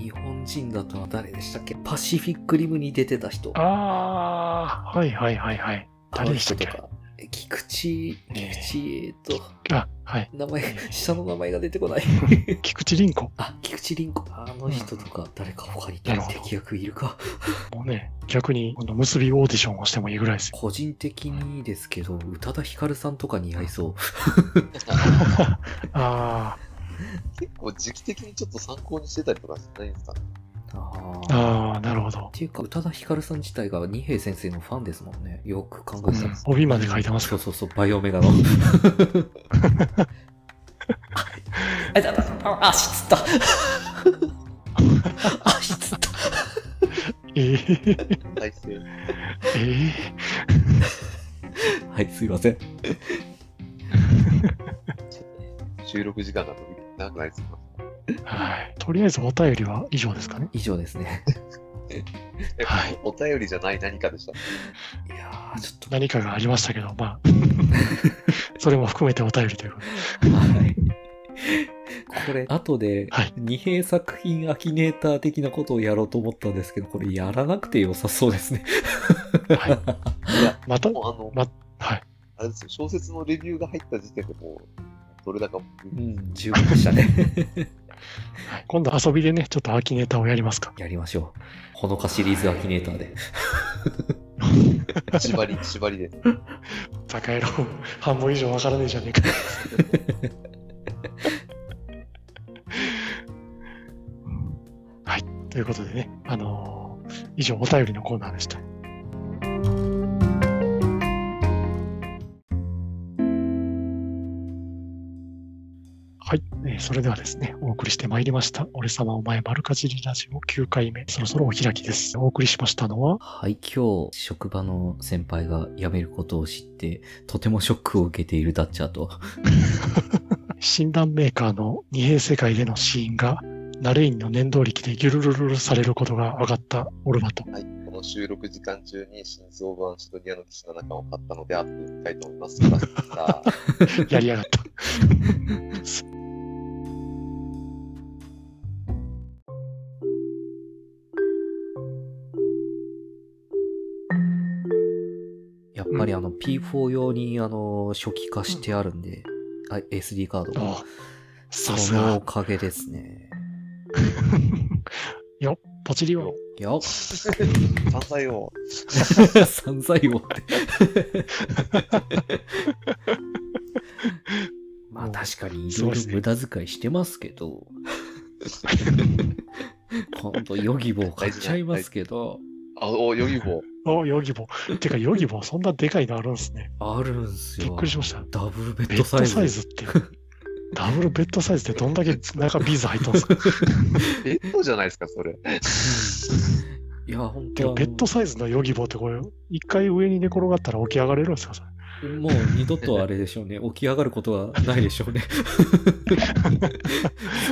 日本人だと誰でしたっけパシフィックリムに出てた人
ああ、はいはいはいはい。
あの
誰でした
人
っ
と
け
かえ菊池
ねえ
菊池えっと
あ、 [LAUGHS] はい。
名前下の名前が出てこない
菊池凛子
あ菊池凛子あの人とか誰か他に
なるほど
敵役いるか
もね、逆に、この結びオーディションをしてもいいぐらい [LAUGHS] ですよ。
個人的にですけど宇多田ヒカルさんとか似合いそう
あ
結構時期的にちょっと参考にしてたりとかしないんですかね。
あ
あ、ああ、なるほど
っ。ていうか宇多田ヒカルさん自体が二平先生のファンですもんねよく考
う
えたら
ん、帯まで書いてますけ
そ
ど、
うそうそう、バイオ
[LAUGHS]
メガの。あ、だあ、足つった。足つった。
ええー、
体制。
えー
はい、すいません。
収録時間が伸び長くなりすぎます。
はい。とりあえずお便りは以上ですかね。
以上ですね。
え
はい
お便りじゃない何かでした。
いやー、ちょっ
何かがありましたけど、 [LAUGHS] まあ、それも含めてお便りということで。
と。はい。これ、後で
はい、
二平作品アキネーター的なことをやろうと思ったんですけど、これやらなくて良さそうですね。
はまた、
もうあの、
まはい
あれですよ、小説のレビューが入った時点でもう、どれだ
[LAUGHS]
か、
うん、十分でしたね。
今度遊びでね、ちょっと秋ネタをやりますか。
やりましょう。ほのかシリーズアキネーターで。
縛り、縛りで。
バカ野郎、 [LAUGHS] 半分以上わからねえじゃねえか。はい、ということでね、あのー以上お便りのコーナーでした。はい、えーそれではですね、お送りしてまいりました、俺様お前丸かじりラジオ9回目、そろそろお開きです。お送りしましたのは、
はい、今日、職場の先輩が辞めることを知って、とてもショックを受けているダッチャーと、
診断メーカーの二平世界での死因がナレインの念動力でギュルルルルされることが分かったオルバと。
はい。この収録時間中に新装版シドニアの騎士の中を買ったので、後で見たいと思
[LAUGHS]
います。さあ
やりやがった。
やっぱりあの P4 用にあの初期化してあるんで、あ SD カードが。
さす
そのお
が。
かげですね。
ポチリオ。
いや、
山菜を。
[LAUGHS] 散財をって。まあ確かにいろいろ無駄遣いしてますけど、今度ヨギボー買っちゃいますけど、
あ、お、ヨギボー。
お、ヨギボー。てか、ヨギボー、そんなでかいのあるんですね。
あるんす
びっ
よ
く。りしました。
ダブルベッ
ベ
ド
ッ
サ
ド
イズ。
サイズって。ダブルベッドサイズってどんだけ中ビーズ入ったんですか
ベッドじゃないですか、
[LAUGHS]
それ。
[LAUGHS] いや、本
て
当
かベッドサイズのヨギボーってこれ、一回上に寝転がったら起き上がれるんですかそれ
もう二度とあれでしょうね。起 [LAUGHS] き上がることはないでしょうね。 [LAUGHS]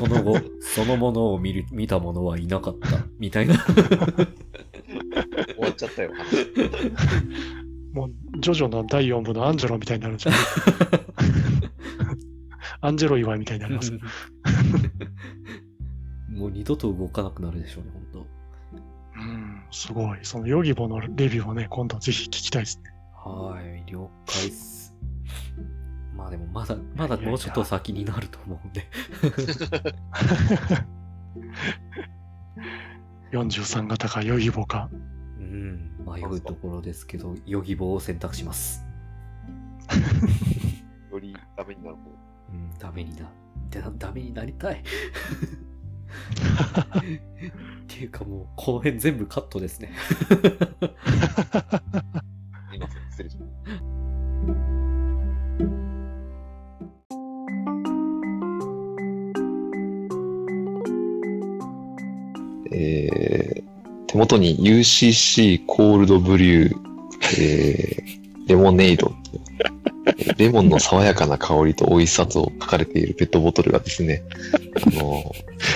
その後、そのものを見る見た者はいなかった。みた
[LAUGHS]
いな。
終わっちゃったよ。
もう、ジョジョの第4部のアンジェロみたいになるんじゃないアンジェロ祝いみたいになりますよ。
もう二度と動かなくなるでしょうね、本
うん、すごい。そのヨギボーのレビューをね、今度ぜひ聞きたいですね。
当。はーい、了解っす。まあでも、まだ、まだもうちょっと先になると思うんで。
43型かヨギボーか。
うん、迷うところですけど、ヨギボーを選択します。
よりダメになる方。
うん、ダメにな、だダメになりた [LAUGHS] い。っていうかもう、後編全部カットですね。
すいません、失礼しましえー、手元に UCC コールドブリュー、えー、レモネイド、レモンの爽やかな香りと美味しさと書かれているペットボトルがですね、あの、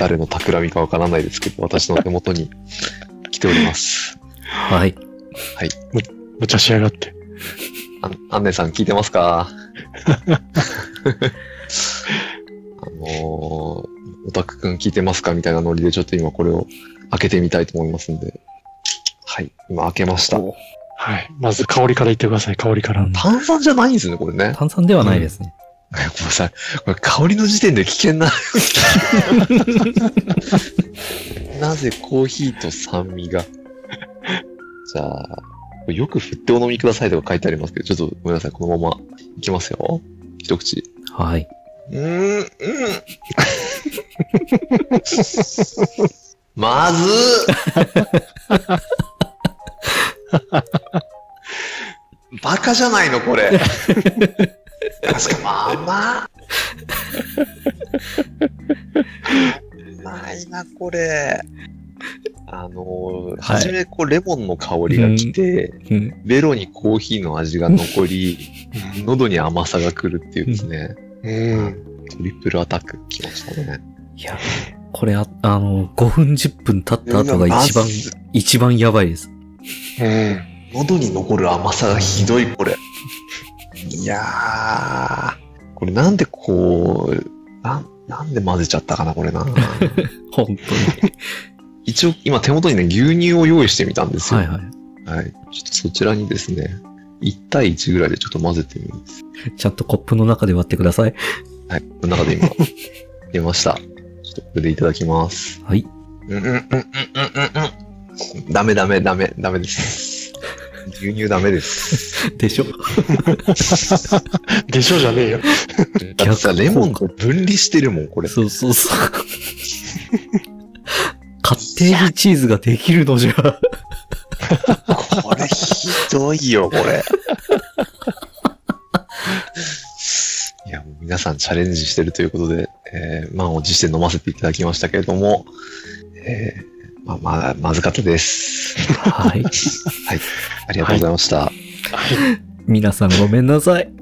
誰の企みかわからないですけど、私の手元に来ております。
はい。
むちゃしやがって。
あアンネさん聞いてます [LAUGHS] かあのー、オタクくん聞いてますかみたいなノリでちょっと今これを開けてみたいと思いますんで。はい、今開けました。
はい。まず香りから言ってください、香りから。
炭酸じゃないんですね、これね。
炭酸ではないですね。
ごめんなさい。これ香りの時点で危険な。 [LAUGHS] なぜコーヒーと酸味が。じゃあ、これよく振ってお飲みくださいとか書いてありますけど、ちょっとごめんなさい。このままいきますよ。一口。
はい。
うーん、うん。まずっバカじゃないのこれ。確かまあまあ。うまいな、これ。あのー、
はい
初めこう、レモンの香りが来て、
うん。
ベロにコーヒーの味が残り、喉に甘さが来るっていうですね。
うん。
トリプルアタック来ましたね。
いや、これあ、あの、5分10分経った後が一番、一番やばいで
う
す。
ん。
喉に残る甘さがひどい、これ。いやー。これなんでこう、なん、なんで混ぜちゃったかな、これな。
本当に。
一応、今手元にね、牛乳を用意してみたんですよ。
は
はいい、
はい。
ちょっとそちらにですね、1対1ぐらいでちょっと混ぜてみます。
ちゃんとコップの中で割ってください。
はい。この中で今、出ました。ちょっとこれでいただきます。
はい。
うんうんうんうんうんうんうん。ダメダメダメ、ダメです。牛乳ダメです。
でしょ
でしょじゃねえよ。
だってさ、レモンと分離してるもん、これ。
そうそうそう。カッテージチーズができるのじゃ。
これひどいよ、これ。 [LAUGHS] いや、もう皆さんチャレンジしてるということで、えー満を持して飲ませていただきましたけれども、えーまあ、まあ、まずかったです。
はい。
ありがとうございました。
皆さんごめんなさい。